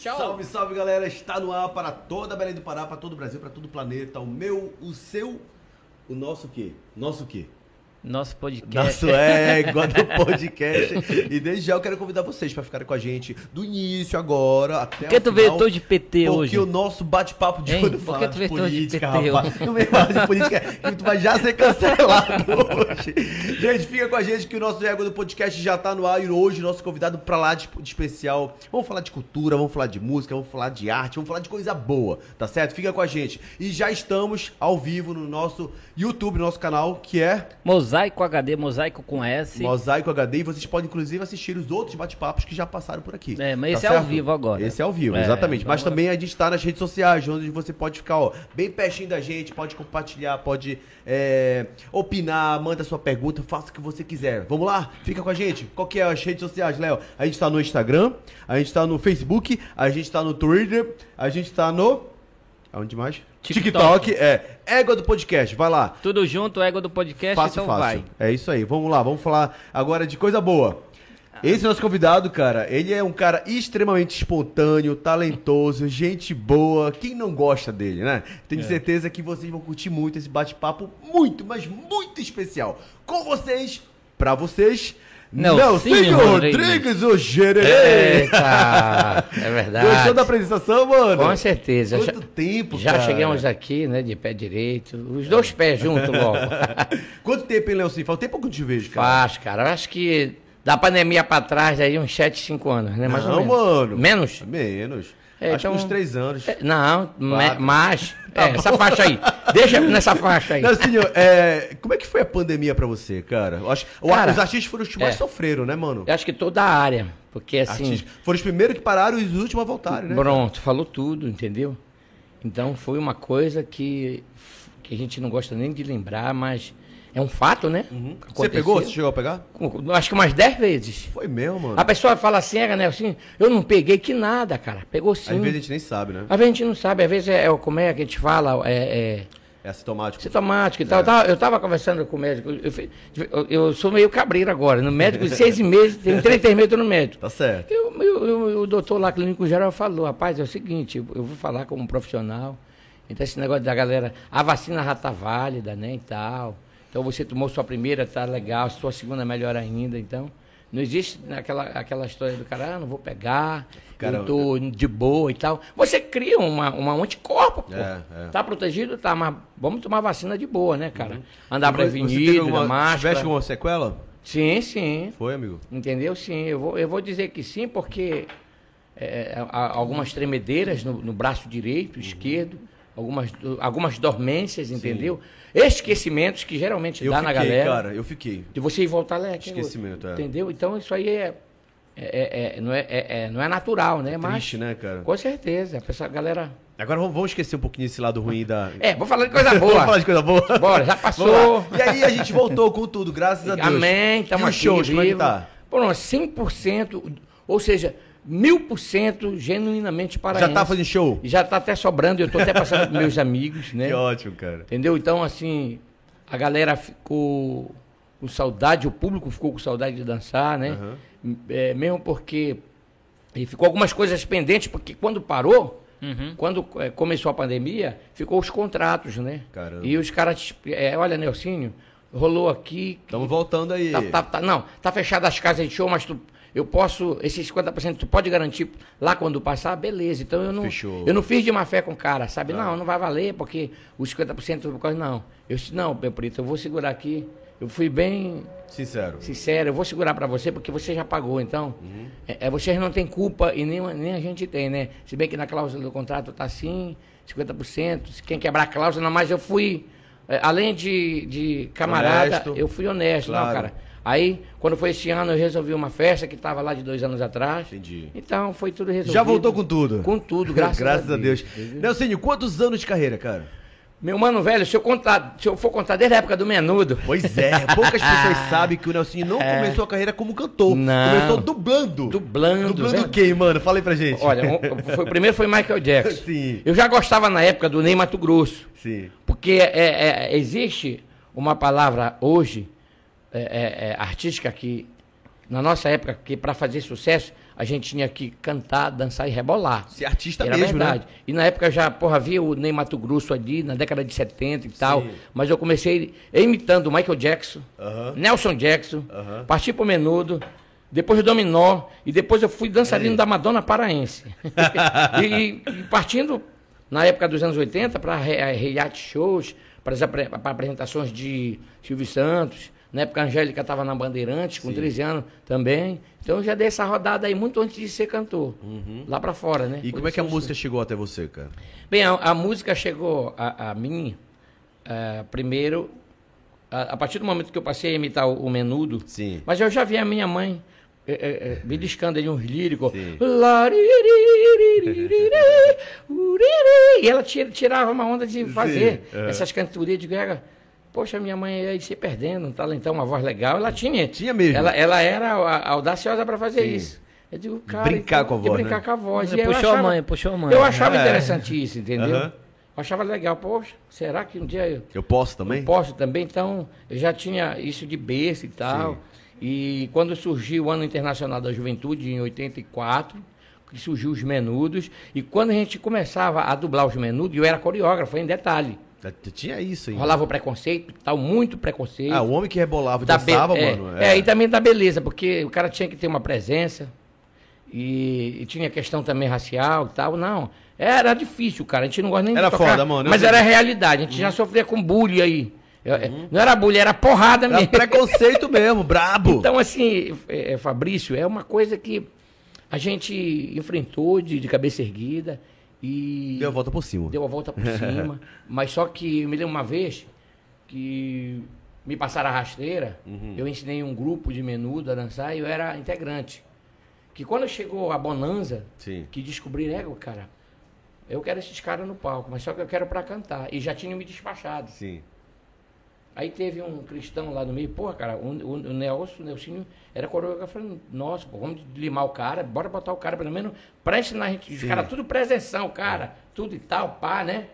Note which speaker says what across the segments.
Speaker 1: Tchau.
Speaker 2: Salve, salve, galera. Está no ar para toda Belém do Pará, para todo o Brasil, para todo o planeta. O meu, o seu, o nosso quê? Nosso quê?
Speaker 3: Nosso podcast.
Speaker 2: Nosso égua do podcast. E desde já eu quero convidar vocês para ficarem com a gente do início agora até
Speaker 3: Por que
Speaker 2: o
Speaker 3: tu
Speaker 2: é um final.
Speaker 3: veio todo de PT
Speaker 2: porque
Speaker 3: hoje?
Speaker 2: o nosso bate-papo de
Speaker 3: Hein?
Speaker 2: hoje
Speaker 3: Por
Speaker 2: fala
Speaker 3: que tu
Speaker 2: de
Speaker 3: veio todo de
Speaker 2: política,
Speaker 3: PT
Speaker 2: rapaz. Não vem falar de política, que tu vai já ser cancelado hoje. Gente, fica com a gente que o nosso égua do podcast já tá no ar e hoje nosso convidado pra lá de, de especial. Vamos falar de cultura, vamos falar de música, vamos falar de arte, vamos falar de coisa boa, tá certo? Fica com a gente. E já estamos ao vivo no nosso YouTube, no nosso canal, que é...
Speaker 3: Mosaico HD, Mosaico com S.
Speaker 2: Mosaico HD e vocês podem inclusive assistir os outros bate-papos que já passaram por aqui. Tá
Speaker 3: É, mas esse é ao vivo agora.
Speaker 2: Esse é ao vivo,
Speaker 3: É,
Speaker 2: exatamente.
Speaker 3: então
Speaker 2: Mas
Speaker 3: agora-
Speaker 2: também a gente está nas redes sociais, onde você pode ficar ó, bem pertinho da gente, pode compartilhar, pode é, opinar, manda sua pergunta, faça o que você quiser. Vamos lá? Fica com a gente. Qual que é as redes sociais, Léo? A gente está no Instagram, a gente está no Facebook, a gente está no Twitter, a gente está no... Aonde mais?
Speaker 3: TikTok.
Speaker 2: TikTok, é. Égua do podcast, vai lá.
Speaker 3: Tudo junto, égua do podcast,
Speaker 2: Fácil,
Speaker 3: então
Speaker 2: fácil.
Speaker 3: vai.
Speaker 2: É isso aí. Vamos lá, vamos falar agora de coisa boa. Esse nosso convidado, cara, ele é um cara extremamente espontâneo, talentoso, gente boa. Quem não gosta dele, né? Tenho certeza que vocês vão curtir muito esse bate-papo muito, mas muito especial. Com vocês, pra vocês,
Speaker 3: Nelsinho
Speaker 2: Nelsinho Rodrigues,
Speaker 3: Rodrigues.
Speaker 2: o Gerê.
Speaker 4: Eita! É verdade.
Speaker 2: Gostou da apresentação, mano?
Speaker 4: Com certeza. Já,
Speaker 2: Quanto tempo,
Speaker 4: já
Speaker 2: cara?
Speaker 4: chegamos aqui, né? De pé direito. Os dois pés junto logo.
Speaker 2: Quanto tempo, hein, Leocinho? Faz um tempo que eu não te vejo, cara.
Speaker 4: Faz, cara. Acho que da pandemia pra trás, aí uns 7, 5 anos, né? Mais
Speaker 2: não,
Speaker 4: ou menos.
Speaker 2: mano.
Speaker 4: Menos?
Speaker 2: Menos.
Speaker 4: É,
Speaker 2: Acho que
Speaker 4: então-
Speaker 2: uns três anos.
Speaker 4: É, Não, me,
Speaker 2: Quatro. Tá
Speaker 4: mas. é, essa faixa aí. Deixa nessa faixa aí.
Speaker 2: Não, senhor, é, como é que foi a pandemia pra você, cara? Eu acho, eu
Speaker 4: Cara,
Speaker 2: acho que os artistas foram os que mais
Speaker 4: é.
Speaker 2: sofreram, né, mano?
Speaker 4: Eu acho que toda a área. Porque assim.
Speaker 2: Artistas foram os primeiros que pararam e os últimos a voltarem, né?
Speaker 4: Pronto, falou tudo, entendeu? Então foi uma coisa que, que a gente não gosta nem de lembrar, mas é um fato, né?
Speaker 2: Uhum. Você
Speaker 4: Aconteceu.
Speaker 2: pegou? Você chegou a pegar?
Speaker 4: Com- Acho que umas 10 vezes.
Speaker 2: Foi meu, mano.
Speaker 4: A pessoa fala assim, é, né, assim, eu não peguei que nada, cara. Pegou sim.
Speaker 2: Às vezes a gente nem sabe, né?
Speaker 4: a gente não sabe, às vezes é, é o- como é que a gente fala, é, é
Speaker 2: É assintomático.
Speaker 4: sintomático e
Speaker 2: É.
Speaker 4: tal. Eu tava- Eu estava conversando com o médico, eu, fe- eu- eu sou meio cabreiro agora, no médico de seis meses, tem três, três meses eu tô no médico.
Speaker 2: Tá certo.
Speaker 4: Eu- eu- eu- o doutor lá, clínico geral, falou, rapaz, é o seguinte, eu, eu vou falar como profissional, então esse negócio da galera, a vacina já tá válida, né, e tal, então você tomou sua primeira, tá legal, sua segunda é melhor ainda, então, não existe aquela, aquela história do cara, ah, não vou pegar,
Speaker 2: Cara,
Speaker 4: eu tô de boa e tal, você cria uma, uma um anticorpo, pô,
Speaker 2: É, é. Uhum.
Speaker 4: tá protegido, tá, mas vamos tomar vacina de boa, né, cara, andar
Speaker 2: Você teve
Speaker 4: prevenido,
Speaker 2: alguma-
Speaker 4: da máscara,
Speaker 2: Tiveste um alguma sequela?
Speaker 4: sim, sim,
Speaker 2: Foi, amigo?
Speaker 4: Entendeu? Sim, eu vou, eu vou dizer que sim, porque é, há algumas tremedeiras no, no braço direito,
Speaker 2: Uhum.
Speaker 4: esquerdo, algumas, do- algumas dormências, entendeu? Esquecimentos que geralmente
Speaker 2: eu
Speaker 4: dá
Speaker 2: fiquei,
Speaker 4: na galera.
Speaker 2: cara. Eu fiquei.
Speaker 4: De você ir voltar lá. aquilo,
Speaker 2: Esquecimento, é.
Speaker 4: Entendeu? Então isso aí é, é- é- é- não, é, é- é- não é natural, né? Mas,
Speaker 2: Triste, né, cara?
Speaker 4: com certeza, a pessoa- a galera...
Speaker 2: Agora vamos, vamos esquecer um pouquinho esse lado ruim da...
Speaker 4: É, vou falar de coisa
Speaker 2: Vamos
Speaker 4: boa.
Speaker 2: falar de coisa boa?
Speaker 4: Bora, já
Speaker 2: Vamos
Speaker 4: passou.
Speaker 2: lá. E aí a gente voltou com tudo, graças a Deus.
Speaker 4: Amém,
Speaker 2: e
Speaker 4: estamos
Speaker 2: os
Speaker 4: aqui.
Speaker 2: shows, como é que
Speaker 4: vivo.
Speaker 2: tá?
Speaker 4: Pronto, 100%, ou seja, mil por cento genuinamente paraense.
Speaker 2: Já tá fazendo show?
Speaker 4: E Já tá até sobrando, eu tô até passando com meus amigos, né?
Speaker 2: Que ótimo, cara.
Speaker 4: Entendeu? Então, assim, a galera ficou com saudade, o público ficou com saudade de dançar, né? É, mesmo porque e ficou algumas coisas pendentes, porque quando parou, quando eh, começou a pandemia, ficou os contratos, né?
Speaker 2: Caramba.
Speaker 4: E os caras, eh, olha, Nelsinho, rolou aqui,
Speaker 2: Estamos voltando aí.
Speaker 4: Tá, tá- tá- não, tá fechado as casas de show, mas tu, eu posso, esses 50% tu pode garantir lá quando passar, beleza. Então eu não,
Speaker 2: Fechou. Tá.
Speaker 4: eu não fiz de má fé com o cara, sabe? Não, não vai valer, porque os 50% por causa, não. Eu disse, não, meu preto, eu vou segurar aqui. Eu fui bem
Speaker 2: Sincero.
Speaker 4: sincero, eu vou segurar pra você porque você já pagou, então.
Speaker 2: Uhum.
Speaker 4: É, é, vocês não têm culpa e nem, nem a gente tem, né? Se bem que na cláusula do contrato tá assim, 50%, se quem quebrar a cláusula, não, mas eu fui, é, além de, de camarada,
Speaker 2: Honesto.
Speaker 4: eu fui honesto,
Speaker 2: Claro.
Speaker 4: não, cara. Aí, quando foi esse ano, eu resolvi uma festa que tava lá de dois anos atrás.
Speaker 2: Entendi.
Speaker 4: Então, foi tudo resolvido.
Speaker 2: Já voltou com tudo.
Speaker 4: Com tudo, graças,
Speaker 2: a Deus. Nelsinho, quantos anos de carreira, cara?
Speaker 4: Meu mano velho, se eu, contar, se eu for contar desde a época do menudo,
Speaker 2: Pois é, poucas pessoas sabem que o Nelsinho não
Speaker 4: É.
Speaker 2: começou a carreira como cantor.
Speaker 4: Não.
Speaker 2: Começou dublando.
Speaker 4: Dublando,
Speaker 2: Dublando
Speaker 4: velho.
Speaker 2: quem, mano? Fala aí pra gente.
Speaker 4: Olha, um- foi, o primeiro foi Michael Jackson.
Speaker 2: Sim.
Speaker 4: Eu já gostava na época do Ney Mato Grosso,
Speaker 2: Sim.
Speaker 4: porque é- é- existe uma palavra hoje é, é, é, artística que, na nossa época, que para fazer sucesso, a gente tinha que cantar, dançar e rebolar.
Speaker 2: Ser artista
Speaker 4: Era
Speaker 2: mesmo,
Speaker 4: verdade.
Speaker 2: né?
Speaker 4: E na época eu já, porra, via o Ney Mato Grosso ali, na década de 70 e tal. Mas eu comecei imitando o Michael Jackson,
Speaker 2: Aham.
Speaker 4: Nelson Jackson,
Speaker 2: Aham.
Speaker 4: parti pro Menudo, depois o Dominó, e depois eu fui dançarino da Madonna Paraense. e, e- e partindo, na época dos anos 80, para eh, reality shows, para apresentações de Silvio Santos. Na época a Angélica estava na Bandeirantes, com 13 anos também. Então eu já dei essa rodada aí muito antes de ser cantor. Lá pra fora, né?
Speaker 2: Uhum. E como é que a música chegou até você, cara?
Speaker 4: Bem, a, a música chegou a, a mim ah, primeiro, a, a partir do momento que eu passei a imitar o, o menudo,
Speaker 2: Sim.
Speaker 4: mas eu já vi a minha mãe eh, eh, eh, beliscando ali uns líricos.
Speaker 2: Sim.
Speaker 4: Laririririri, uriri. E ela tira- tirava uma onda de fazer
Speaker 2: Sim, é.
Speaker 4: essas cantorias de guerra. Poxa, minha mãe ia se perdendo, um talentão, uma voz legal. Ela tinha.
Speaker 2: Tinha mesmo.
Speaker 4: Ela, ela era a- audaciosa para fazer
Speaker 2: Sim.
Speaker 4: isso. Eu digo, cara,
Speaker 2: Brincar com a
Speaker 4: de
Speaker 2: voz,
Speaker 4: Brincar
Speaker 2: né?
Speaker 4: com a voz.
Speaker 3: Puxou
Speaker 4: eu
Speaker 3: a
Speaker 4: achava-
Speaker 3: mãe, puxou a mãe.
Speaker 4: eu achava
Speaker 2: É.
Speaker 4: interessante isso, entendeu?
Speaker 2: Aham.
Speaker 4: Eu achava legal, poxa, será que um dia eu
Speaker 2: Eu posso também?
Speaker 4: posso também? Então, eu já tinha isso de berço e tal.
Speaker 2: Sim.
Speaker 4: E quando surgiu o Ano Internacional da Juventude, em 84, que surgiu os menudos, e quando a gente começava a dublar os menudos, eu era coreógrafo, em detalhe.
Speaker 2: Tinha isso aí.
Speaker 4: Rolava o preconceito, tal, muito preconceito.
Speaker 2: Ah, o homem que rebolava e
Speaker 4: Da be-
Speaker 2: dançava,
Speaker 4: é,
Speaker 2: mano.
Speaker 4: é, e também da beleza, porque o cara tinha que ter uma presença e, e tinha questão também racial e tal. Não, era difícil, cara. A gente não gosta nem
Speaker 2: Era
Speaker 4: de tocar,
Speaker 2: foda, mano, eu
Speaker 4: Mas
Speaker 2: sei. Uhum.
Speaker 4: era a realidade. A gente já sofria com bullying aí. Eu- é, Não era bullying, era porrada
Speaker 2: Era
Speaker 4: mesmo.
Speaker 2: preconceito mesmo, brabo.
Speaker 4: Então, assim, é, é, Fabrício, é uma coisa que a gente enfrentou de, de cabeça erguida e...
Speaker 2: Deu a volta por cima.
Speaker 4: Deu a volta por cima. Mas só que eu me lembro uma vez que me passaram a rasteira, eu ensinei um grupo de menudo a dançar e eu era integrante. Que quando chegou a Bonanza,
Speaker 2: Sim.
Speaker 4: que descobriram, é, cara, eu quero esses caras no palco, mas só que eu quero pra cantar. E já tinham me despachado.
Speaker 2: Sim.
Speaker 4: Aí teve um cristão lá no meio, porra, cara, o, o, o Nelson, o Nelsinho era coreógrafo, eu falei, nossa, pô, vamos limar o cara, bora botar o cara, pelo menos, pra ensinar a gente, os caras tudo presenção, cara, tudo e tal, pá, né?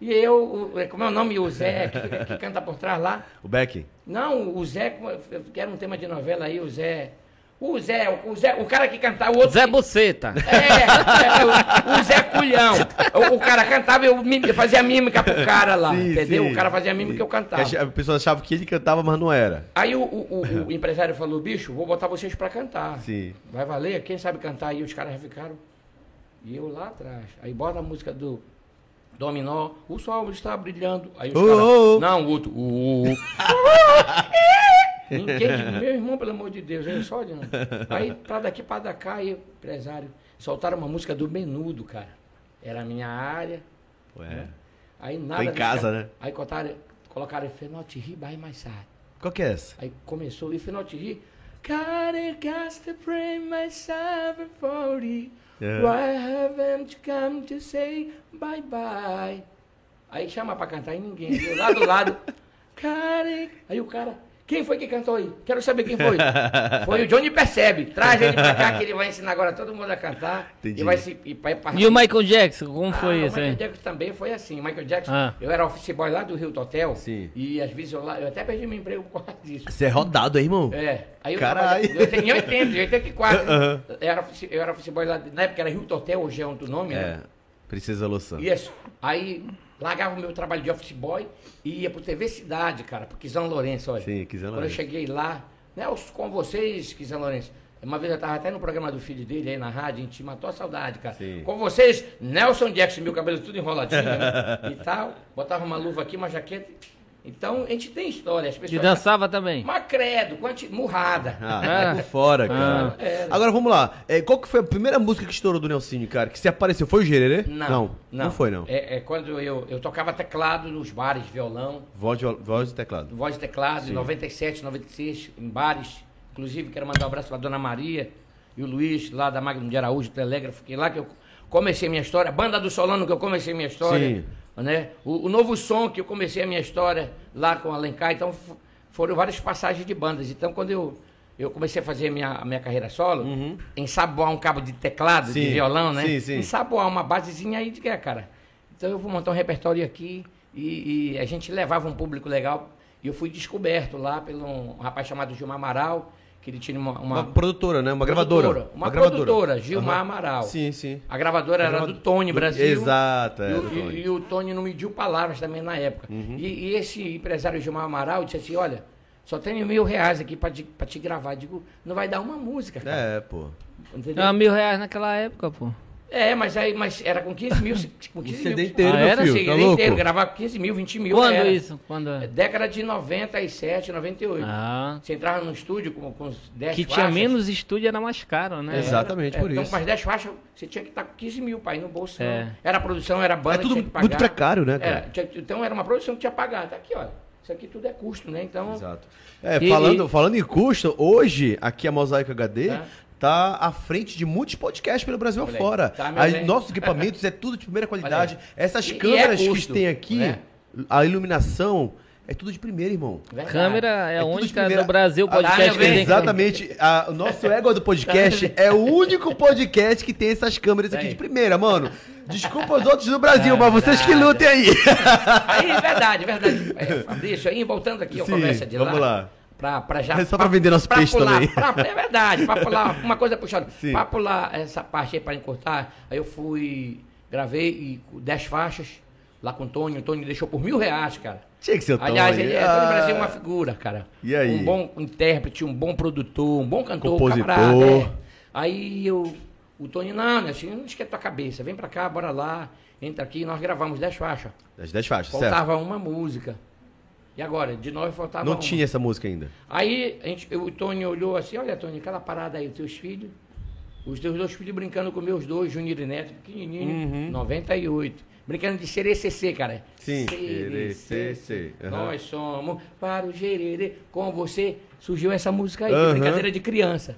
Speaker 4: E eu, o- como é o nome, o Zé, que, fica- que canta por trás lá,
Speaker 2: O Beck.
Speaker 4: não, o Zé, como é- que era um tema de novela aí, o Zé, o Zé, o, o Zé, o cara que cantava, o outro...
Speaker 3: Zé Buceta.
Speaker 4: É, é, o, o Zé Culhão. O, o cara cantava, eu, mim- eu fazia mímica pro cara lá,
Speaker 2: Sim,
Speaker 4: Tá, entendeu?
Speaker 2: sim.
Speaker 4: O cara fazia mímica, eu cantava.
Speaker 2: A pessoa achava que ele cantava, mas não era.
Speaker 4: Aí o, o- o- o empresário falou, bicho, vou botar vocês pra cantar.
Speaker 2: Sim.
Speaker 4: Vai valer, quem sabe cantar aí, os caras já ficaram. E eu lá atrás. Aí bota a música do Dominó, o sol está brilhando. Aí os
Speaker 2: Ô,
Speaker 4: caras.
Speaker 2: ô, ô.
Speaker 4: Não, o outro. "Uh, uh, uh." Ninguém diz, meu irmão, pelo amor de Deus, eu só olhando. Aí, pra daqui, pra da cá, aí, empresário, soltaram uma música do menudo, cara. Era a minha área. É.
Speaker 2: Ué.
Speaker 4: Aí nada.
Speaker 2: em
Speaker 4: dos
Speaker 2: casa,
Speaker 4: caras.
Speaker 2: né?
Speaker 4: Aí colocaram, colocaram Fenote Riba e mais sad.
Speaker 2: Qual que é essa?
Speaker 4: Aí começou, if not he, God, I got to pray myself for thee.
Speaker 2: É.
Speaker 4: Why haven't you come to say bye-bye? Aí chama pra cantar e ninguém. Eu lá do lado. Cara, hein? aí o cara. Quem foi que cantou aí? Quero saber quem foi. foi o Johnny Percebe. Traz ele pra cá que ele vai ensinar agora todo mundo a cantar.
Speaker 2: Entendi.
Speaker 4: E vai se. E vai partir.
Speaker 3: E o Michael Jackson, como
Speaker 4: Ah,
Speaker 3: foi
Speaker 4: o
Speaker 3: isso
Speaker 4: Michael
Speaker 3: aí?
Speaker 4: Jackson também foi assim. Michael Jackson,
Speaker 3: Ah.
Speaker 4: eu era office boy lá do Rio Hotel.
Speaker 2: Sim.
Speaker 4: E às vezes eu, lá, eu até perdi meu emprego por causa disso.
Speaker 2: Você é rodado, hein, irmão?
Speaker 4: É. Aí eu
Speaker 2: Caralho.
Speaker 4: trabalhava- Eu tinha 80, 84.
Speaker 2: Aham.
Speaker 4: Eu, era, office- eu era office boy lá. Na época era Rio Hotel, hoje é outro nome, né?
Speaker 2: É. tá. Princesa Loçã.
Speaker 4: Isso. Aí largava o meu trabalho de office boy e ia pro TV Cidade, cara, pro Quizão Lourenço, olha.
Speaker 2: Sim, Quizão
Speaker 4: Quando eu
Speaker 2: Lourenço.
Speaker 4: cheguei lá, Nelson, com vocês, Quizão Lourenço. Uma vez eu tava até no programa do filho dele aí na rádio, a gente matou a saudade, cara.
Speaker 2: Sim.
Speaker 4: Com vocês, Nelson Jackson, meu cabelo tudo enroladinho né? e tal. Botava uma luva aqui, uma jaqueta. Então, a gente tem história. As
Speaker 3: Que
Speaker 4: pessoas.
Speaker 3: dançava também.
Speaker 4: Mas credo, quanti... murrada.
Speaker 2: Ah,
Speaker 3: Ah.
Speaker 2: tá por fora, cara.
Speaker 4: É.
Speaker 2: Agora vamos lá. É, qual que foi a primeira música que estourou do Nelsinho, cara? Que você apareceu? Foi o Gererê?
Speaker 4: Não,
Speaker 2: Não, não foi, não.
Speaker 4: É, é quando eu, eu tocava teclado nos bares, violão,
Speaker 2: Voz, de- voz e teclado.
Speaker 4: voz e teclado, em 97, 96, em bares. Inclusive, quero mandar um abraço pra Dona Maria e o Luiz, lá da Magno de Araújo, Telégrafo, que lá que eu comecei minha história. Banda do Solano, que eu comecei minha história.
Speaker 2: Sim.
Speaker 4: Né? O, o novo som que eu comecei a minha história lá com o Alencar. Então, f- foram várias passagens de bandas. Então, quando eu... Eu comecei a fazer a minha, a minha carreira solo, ensaboar um cabo de teclado, de
Speaker 2: Uhum. Sim.
Speaker 4: violão, né?
Speaker 2: Sim, sim.
Speaker 4: ensaboar uma basezinha aí de que, cara. Então eu vou montar um repertório aqui e, e a gente levava um público legal. E eu fui descoberto lá pelo um rapaz chamado Gilmar Amaral, que ele tinha uma...
Speaker 2: Uma
Speaker 4: uma
Speaker 2: produtora, né? Uma gravadora.
Speaker 4: produtora, Uma, produtora, Gilmar
Speaker 2: Aham.
Speaker 4: Amaral.
Speaker 2: Sim, sim.
Speaker 4: A gravadora era do Tony Brasil.
Speaker 2: Exato,
Speaker 4: E
Speaker 2: é, do
Speaker 4: o-
Speaker 2: Tony. Uhum.
Speaker 4: E, e o Tony não mediu palavras também na época. E, e esse empresário Gilmar Amaral disse assim: olha, só tenho mil reais aqui pra te, pra te gravar. Digo, não vai dar uma música, cara.
Speaker 2: É, pô.
Speaker 4: Entendeu?
Speaker 3: Era mil reais naquela época, pô.
Speaker 4: É, mas, aí, mas era com 15 mil. Com 15
Speaker 2: CD
Speaker 4: mil.
Speaker 2: inteiro,
Speaker 3: Ah, meu era? filho,
Speaker 4: CD
Speaker 2: tá louco?
Speaker 4: inteiro, gravar com 15 mil, 20 mil.
Speaker 3: Quando
Speaker 4: era.
Speaker 3: isso? Quando?
Speaker 4: É, Década de 97, 98.
Speaker 3: Ah.
Speaker 4: Você entrava no estúdio com, com os 10
Speaker 3: Que tinha
Speaker 4: faixas.
Speaker 3: menos estúdio era mais caro, né?
Speaker 2: Exato. Exatamente, por
Speaker 4: então,
Speaker 2: isso.
Speaker 4: com as 10 faixas, você tinha que estar com 15 mil para ir no bolso.
Speaker 3: É.
Speaker 4: não. Era produção, era banda.
Speaker 2: É tudo
Speaker 4: tinha que pagar.
Speaker 2: muito precário, né, cara?
Speaker 4: Era, tinha- então era uma produção que tinha que pagar. Tá aqui, olha. Isso aqui tudo é custo, né? Então.
Speaker 2: Exato. É,
Speaker 3: E-
Speaker 2: falando, falando em custo, hoje aqui a Mosaico HD
Speaker 4: Tá.
Speaker 2: tá à frente de muitos podcasts pelo Brasil
Speaker 4: Olha aí.
Speaker 2: afora.
Speaker 4: Tá, meu
Speaker 2: Aí,
Speaker 4: bem.
Speaker 2: nossos equipamentos é tudo de primeira qualidade.
Speaker 4: Olha
Speaker 2: Essas
Speaker 4: E- e é
Speaker 2: câmeras
Speaker 4: custo,
Speaker 2: que tem aqui,
Speaker 4: né?
Speaker 2: a iluminação, é tudo de primeira, irmão.
Speaker 4: verdade.
Speaker 3: Câmera é
Speaker 2: É
Speaker 3: a
Speaker 2: tudo de
Speaker 3: única
Speaker 2: primeira-
Speaker 3: do Brasil
Speaker 2: Ah,
Speaker 3: podcast que
Speaker 4: meu bem.
Speaker 3: tem.
Speaker 2: Exatamente. A- o nosso égua do podcast
Speaker 4: Tá
Speaker 2: é o único podcast que tem essas câmeras aqui
Speaker 4: Tem.
Speaker 2: de primeira, mano. Desculpa os outros do Brasil, mas vocês que lutem aí.
Speaker 4: Aí, verdade, verdade. É, Fabrício, aí voltando aqui a
Speaker 2: Sim,
Speaker 4: conversa de lá.
Speaker 2: vamos lá.
Speaker 4: Pra, pra já,
Speaker 2: É só pra vender nosso peixe
Speaker 4: pular,
Speaker 2: também.
Speaker 4: pra- é verdade, pra pular uma coisa puxada.
Speaker 2: Sim.
Speaker 4: Pra pular essa parte aí pra encurtar, aí eu fui, gravei e com 10 faixas lá com o Tony. O Tony deixou por mil reais, cara.
Speaker 2: Tinha que ser o Tom
Speaker 4: Aliás,
Speaker 2: aí.
Speaker 4: ele é Tony Brasil é uma
Speaker 2: Ah.
Speaker 4: figura, cara.
Speaker 2: E aí?
Speaker 4: Um bom intérprete, um bom produtor, um bom cantor,
Speaker 2: Compositor.
Speaker 4: camarada. é. Aí eu, o Tony, não, né, assim, não esquenta tua cabeça, vem pra cá, bora lá, entra aqui, nós gravamos 10 faixas.
Speaker 2: As 10 faixas, certo?
Speaker 4: Faltava uma música. E agora? De nós faltava
Speaker 2: Não
Speaker 4: uma.
Speaker 2: tinha essa música ainda.
Speaker 4: Aí a gente- o Tony olhou assim, olha, Tony, aquela parada aí, os teus filhos, os teus dois filhos brincando com meus dois, Junir e Neto, pequenininho, 98. Brincando de CCC, cara.
Speaker 2: Uhum. Sim,
Speaker 4: CCC.
Speaker 2: aham.
Speaker 4: Nós somos para o gererê. Com você surgiu essa música aí,
Speaker 2: Aham.
Speaker 4: brincadeira de criança.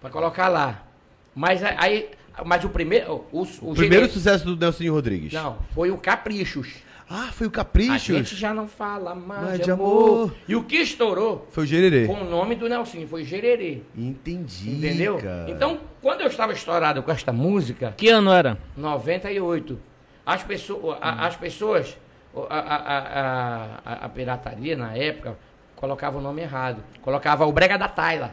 Speaker 4: Pra colocar lá. Mas a- aí, mas o primeiro. O, o
Speaker 2: O primeiro
Speaker 4: gererê-
Speaker 2: sucesso do Nelson Rodrigues.
Speaker 4: Não, foi o Caprichos.
Speaker 2: Ah, foi o
Speaker 4: A gente
Speaker 2: Caprichos?
Speaker 4: já não fala mais
Speaker 2: Mas
Speaker 4: de
Speaker 2: de
Speaker 4: amor. É.
Speaker 2: amor.
Speaker 4: E o que estourou
Speaker 2: Foi o Gererê.
Speaker 4: foi o nome do Nelson, foi Gererê.
Speaker 2: Entendi.
Speaker 4: Entendeu?
Speaker 2: cara.
Speaker 4: Então, quando eu estava estourado com esta música,
Speaker 3: Que ano era?
Speaker 4: 98, as pessoas, a- as pessoas a, a- a- a- a- a pirataria na época colocava o nome errado. Colocava o Brega da Taila.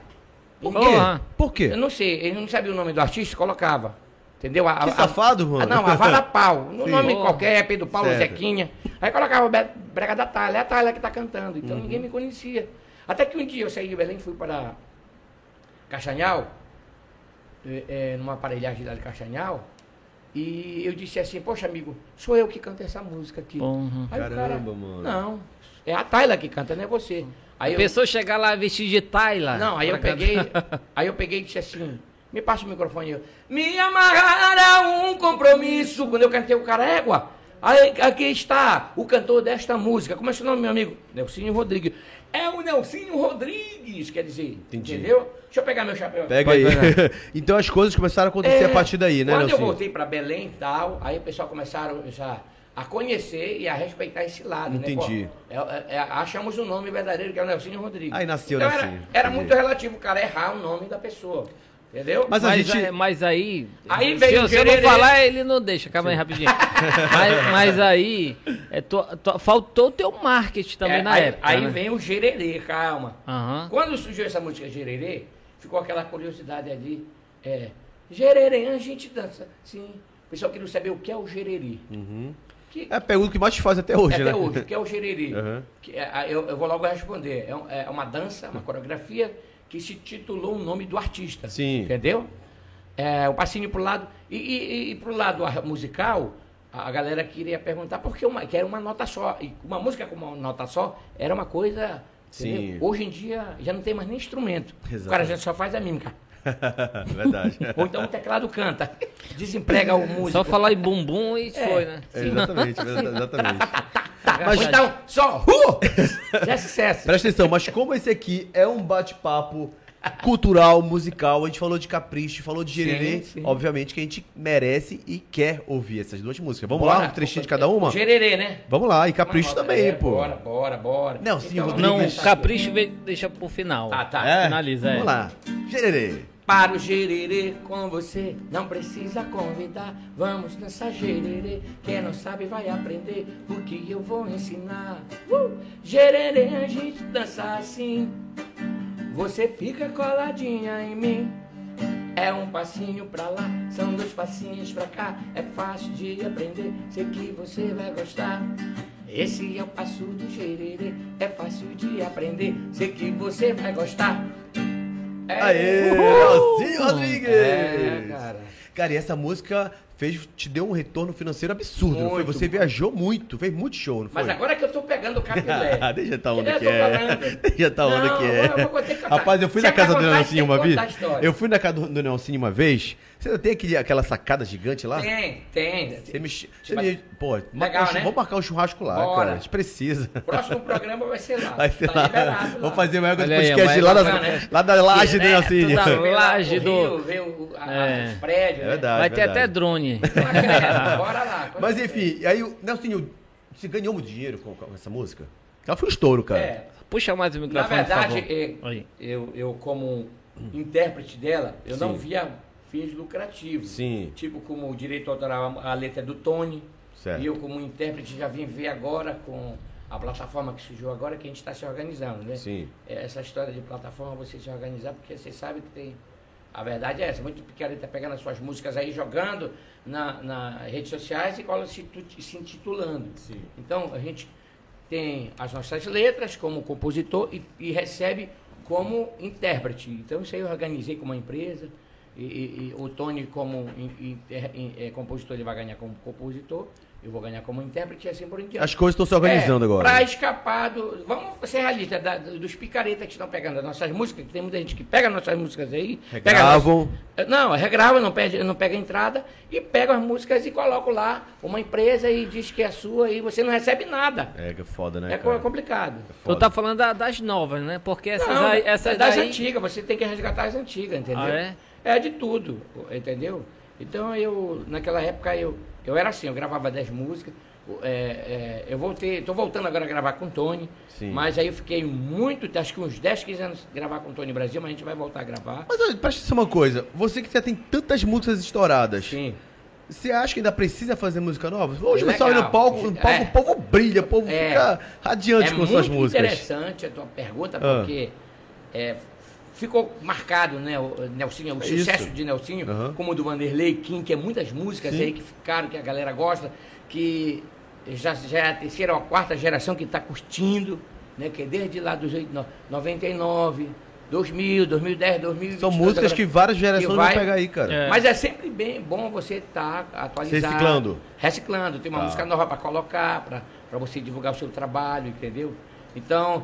Speaker 2: Por
Speaker 3: Vamos
Speaker 2: quê?
Speaker 3: lá.
Speaker 2: Por quê?
Speaker 4: Eu não sei, ele não sabia o nome do artista, colocava. Entendeu? A,
Speaker 2: Que
Speaker 4: a-
Speaker 2: safado, mano.
Speaker 4: Ah, não, a Vara Pau. Um
Speaker 2: Sim.
Speaker 4: nome
Speaker 3: Porra.
Speaker 4: qualquer, Pedro Paulo,
Speaker 2: Certo.
Speaker 4: Zequinha. Aí colocava o Be- Brega da Thalia, é a Thalia que tá cantando. Então ninguém me conhecia. Até que um dia eu saí de Belém, fui para Castanhal, eh, eh, numa aparelhagem lá de Castanhal, e eu disse assim, poxa amigo, sou eu que canto essa música aqui.
Speaker 3: Porra.
Speaker 4: Aí o
Speaker 2: Caramba, mano.
Speaker 4: Não, é a Thalia que canta, não é você. Aí
Speaker 3: a
Speaker 4: eu-
Speaker 3: pessoa chegar lá vestida de Taila.
Speaker 4: não, aí eu
Speaker 3: pra
Speaker 4: peguei, aí eu peguei e disse assim, me passa o microfone. Eu, me amarrar a um compromisso. Quando eu cantei o cara égua, aí, aqui está o cantor desta música. Como é seu nome, meu amigo? Nelsinho Rodrigues. É o Nelsinho Rodrigues, quer dizer,
Speaker 2: Entendi.
Speaker 4: entendeu? Deixa eu pegar meu chapéu. aqui.
Speaker 2: Pega aí. então as coisas começaram a acontecer
Speaker 4: É,
Speaker 2: a partir daí, né,
Speaker 4: Quando
Speaker 2: Nelson?
Speaker 4: eu voltei para Belém e tal, aí o pessoal começaram já a conhecer e a respeitar esse lado,
Speaker 2: Entendi.
Speaker 4: né? Pô, é- é- achamos o nome verdadeiro, que é o Nelsinho Rodrigues.
Speaker 2: Aí nasceu
Speaker 4: então, era,
Speaker 2: Nelsinho.
Speaker 4: era
Speaker 2: Entendi.
Speaker 4: muito relativo o cara errar o nome da pessoa, entendeu?
Speaker 2: Mas
Speaker 3: Mas,
Speaker 2: a
Speaker 3: mas,
Speaker 2: gente-
Speaker 3: aí- mas aí.
Speaker 4: Aí veio o
Speaker 3: se, se eu não
Speaker 4: gererê.
Speaker 3: falar, ele não deixa. Calma aí, rapidinho. mas, mas aí. é, tua- tua- faltou o teu marketing também
Speaker 4: É,
Speaker 3: na
Speaker 4: aí,
Speaker 3: época.
Speaker 4: Aí
Speaker 3: né?
Speaker 4: vem o gererê, calma.
Speaker 3: Aham.
Speaker 4: Quando surgiu essa música gererê, ficou aquela curiosidade ali. É, gererê, a gente dança. Sim. O pessoal queria saber o que é o gererê. Que-
Speaker 2: É a pergunta que mais te faz até hoje,
Speaker 4: até
Speaker 2: né?
Speaker 4: hoje, que é o gererê.
Speaker 2: Aham.
Speaker 4: Que é- a- eu, eu vou logo responder. É, um- é uma dança, uma coreografia que se titulou o nome do artista.
Speaker 2: Sim.
Speaker 4: Entendeu? É, o passinho pro lado. E, e, e pro lado ar- musical, a, a galera queria perguntar por que, uma, que era uma nota só. E uma música com uma nota só era uma coisa. entendeu?
Speaker 2: Sim.
Speaker 4: Hoje em dia já não tem mais nem instrumento.
Speaker 2: Exato.
Speaker 4: O cara já só faz a mímica.
Speaker 2: Verdade.
Speaker 4: Ou então o teclado canta. Desemprega o músico.
Speaker 3: Só falar em bumbum e foi, né?
Speaker 2: É, exatamente, exatamente.
Speaker 4: Ou então, só. Uh! Já é sucesso.
Speaker 2: Presta atenção, mas como esse aqui é um bate-papo cultural, musical, a gente falou de capricho, falou de gererê,
Speaker 4: sim.
Speaker 2: obviamente que a gente merece e quer ouvir essas duas músicas. Vamos lá,
Speaker 4: Bora.
Speaker 2: um trechinho de cada uma?
Speaker 4: Gererê, né?
Speaker 2: Vamos lá, e capricho
Speaker 4: Bora,
Speaker 2: também,
Speaker 4: é,
Speaker 2: pô.
Speaker 4: Bora, bora, bora. Então
Speaker 2: Não, sim, Rodrigo,
Speaker 3: Não,
Speaker 2: Rodrigues.
Speaker 3: capricho vem- deixa pro final.
Speaker 4: Tá, tá.
Speaker 2: É?
Speaker 3: Finaliza, é.
Speaker 2: Vamos lá. Gererê.
Speaker 4: Para o gererê com você, não precisa convidar. Vamos dançar gererê. Quem não sabe vai aprender o que eu vou ensinar. Uh! Gererê, a gente dança assim. Você fica coladinha em mim. É um passinho pra lá, são dois passinhos pra cá. É fácil de aprender, sei que você vai gostar. Esse é o passo do gererê, é fácil de aprender, sei que você vai gostar. É,
Speaker 2: Aê,
Speaker 4: Uhul!
Speaker 2: Nelsinho Rodrigues!
Speaker 4: É, cara.
Speaker 2: Cara, e essa música fez, te deu um retorno financeiro absurdo, não foi?
Speaker 4: Muito.
Speaker 2: Você viajou muito, fez muito show, não foi?
Speaker 4: Mas agora é que eu tô pegando o capilé.
Speaker 2: Ah, deixa tá onda
Speaker 4: Eu
Speaker 2: que
Speaker 4: tô
Speaker 2: é.
Speaker 4: falando.
Speaker 2: Deixa tá onda
Speaker 4: né? Não,
Speaker 2: que
Speaker 4: eu vou- eu vou ter que
Speaker 2: é.
Speaker 4: contar.
Speaker 2: Rapaz, eu fui
Speaker 4: Se
Speaker 2: na
Speaker 4: é
Speaker 2: casa
Speaker 4: pra
Speaker 2: do
Speaker 4: contar,
Speaker 2: Nelsinho
Speaker 4: tem que
Speaker 2: uma vez.
Speaker 4: contar a história.
Speaker 2: Eu fui na casa do, do Nelsinho uma vez. Você tem aquele, aquela sacada gigante lá?
Speaker 4: Tem, tem.
Speaker 2: Você me. Você
Speaker 4: Mas-
Speaker 2: me pô, marcar um chu-
Speaker 4: né?
Speaker 2: vamos marcar um churrasco lá,
Speaker 4: Bora.
Speaker 2: cara. A gente precisa.
Speaker 4: Próximo programa vai ser lá.
Speaker 2: Vai ser
Speaker 4: tá
Speaker 2: lá.
Speaker 4: liberado lá.
Speaker 2: Vamos fazer uma época de
Speaker 3: Olha aí, é
Speaker 2: podcast
Speaker 3: vai
Speaker 2: lá,
Speaker 4: tocar,
Speaker 2: da,
Speaker 4: né?
Speaker 2: lá da laje assim, do
Speaker 3: É,
Speaker 2: Nelsinho.
Speaker 3: da-
Speaker 4: Vê lá
Speaker 3: Laje
Speaker 4: o
Speaker 3: do-
Speaker 4: Rio, vê o, a,
Speaker 3: É.
Speaker 4: os prédios.
Speaker 2: É
Speaker 4: né?
Speaker 2: verdade.
Speaker 3: Vai ter
Speaker 2: verdade.
Speaker 3: até drone.
Speaker 4: Bacana, Bora lá.
Speaker 2: Mas enfim, aí o Nelsinho, você ganhou muito dinheiro com, com essa música? Ela foi um estouro, cara.
Speaker 4: É,
Speaker 3: Puxa mais o
Speaker 4: na
Speaker 3: microfone,
Speaker 4: verdade,
Speaker 3: por favor.
Speaker 4: é,
Speaker 3: Aí.
Speaker 4: eu, eu como um intérprete dela, eu não
Speaker 2: Sim.
Speaker 4: via fins lucrativos.
Speaker 2: Sim.
Speaker 4: Tipo como o direito autoral, a letra é do Tony.
Speaker 2: Certo.
Speaker 4: E eu como intérprete já vim ver agora com a plataforma que surgiu agora que a gente está se organizando, né?
Speaker 2: Sim.
Speaker 4: É, Essa história de plataforma, você se organizar, porque você sabe que tem. A verdade é essa, muito picareta pegando as suas músicas aí, jogando na, nas redes sociais e cola se, tu- se intitulando. Então a gente tem as nossas letras como compositor e, e recebe como intérprete. Então isso aí eu organizei com uma empresa. E, e- e o Tony como in- inter- in- eh, compositor, ele vai ganhar como compositor, eu vou ganhar como intérprete e assim por diante.
Speaker 2: As coisas estão se organizando
Speaker 4: É,
Speaker 2: agora.
Speaker 4: Pra escapar do. Vamos ser realistas, da- dos picaretas que estão pegando as nossas músicas, que tem muita gente que pega nossas músicas aí. pega as nossas- É,
Speaker 2: Regravam.
Speaker 4: Não, regrava, não, perde, não pega a entrada e pega as músicas e coloca lá uma empresa e diz que é sua e você não recebe nada.
Speaker 2: É, que é foda, né?
Speaker 4: É, co-
Speaker 2: cara?
Speaker 4: complicado.
Speaker 3: Tu
Speaker 2: Foda.
Speaker 3: tá falando da- das novas, né? Porque essas
Speaker 4: Não,
Speaker 3: aí. Essas
Speaker 4: das
Speaker 3: daí-
Speaker 4: antigas, você tem que resgatar as antigas, entendeu?
Speaker 3: Ah, é?
Speaker 4: É de tudo, entendeu? Então eu, naquela época, eu, eu era assim, eu gravava 10 músicas. o- é, é, eu voltei, tô voltando agora a gravar com o Tony,
Speaker 2: Sim.
Speaker 4: mas aí eu fiquei muito, acho que uns 10, 15 anos gravar com o Tony Brasil, mas a gente vai voltar a gravar.
Speaker 2: Mas olha, presta atenção uma coisa. Você que já tem tantas músicas estouradas,
Speaker 4: Sim.
Speaker 2: você acha que ainda precisa fazer música nova? Hoje o
Speaker 4: Legal.
Speaker 2: pessoal vai no palco, no palco
Speaker 4: É.
Speaker 2: o povo brilha, o povo
Speaker 4: É.
Speaker 2: fica radiante
Speaker 4: é
Speaker 2: com suas
Speaker 4: muito
Speaker 2: músicas.
Speaker 4: interessante a tua pergunta,
Speaker 2: Ah.
Speaker 4: porque é, ficou marcado, né, o o Nelsinho, o
Speaker 2: É
Speaker 4: sucesso
Speaker 2: isso.
Speaker 4: de Nelsinho,
Speaker 2: Aham.
Speaker 4: como o do Vanderlei, Kim, que é muitas músicas
Speaker 2: Sim.
Speaker 4: aí que ficaram, que a galera gosta, que já, já é a terceira ou a quarta geração que está curtindo, né, que é desde lá dos oito- no- 99, 2000, 2010, 2020.
Speaker 2: São músicas que várias gerações
Speaker 4: vai-
Speaker 2: vão pegar aí, cara.
Speaker 3: É.
Speaker 4: Mas é sempre bem bom você estar atualizado.
Speaker 2: Reciclando.
Speaker 4: Reciclando. Tem uma
Speaker 2: Tá.
Speaker 4: música nova para colocar, para você divulgar o seu trabalho, entendeu? Então,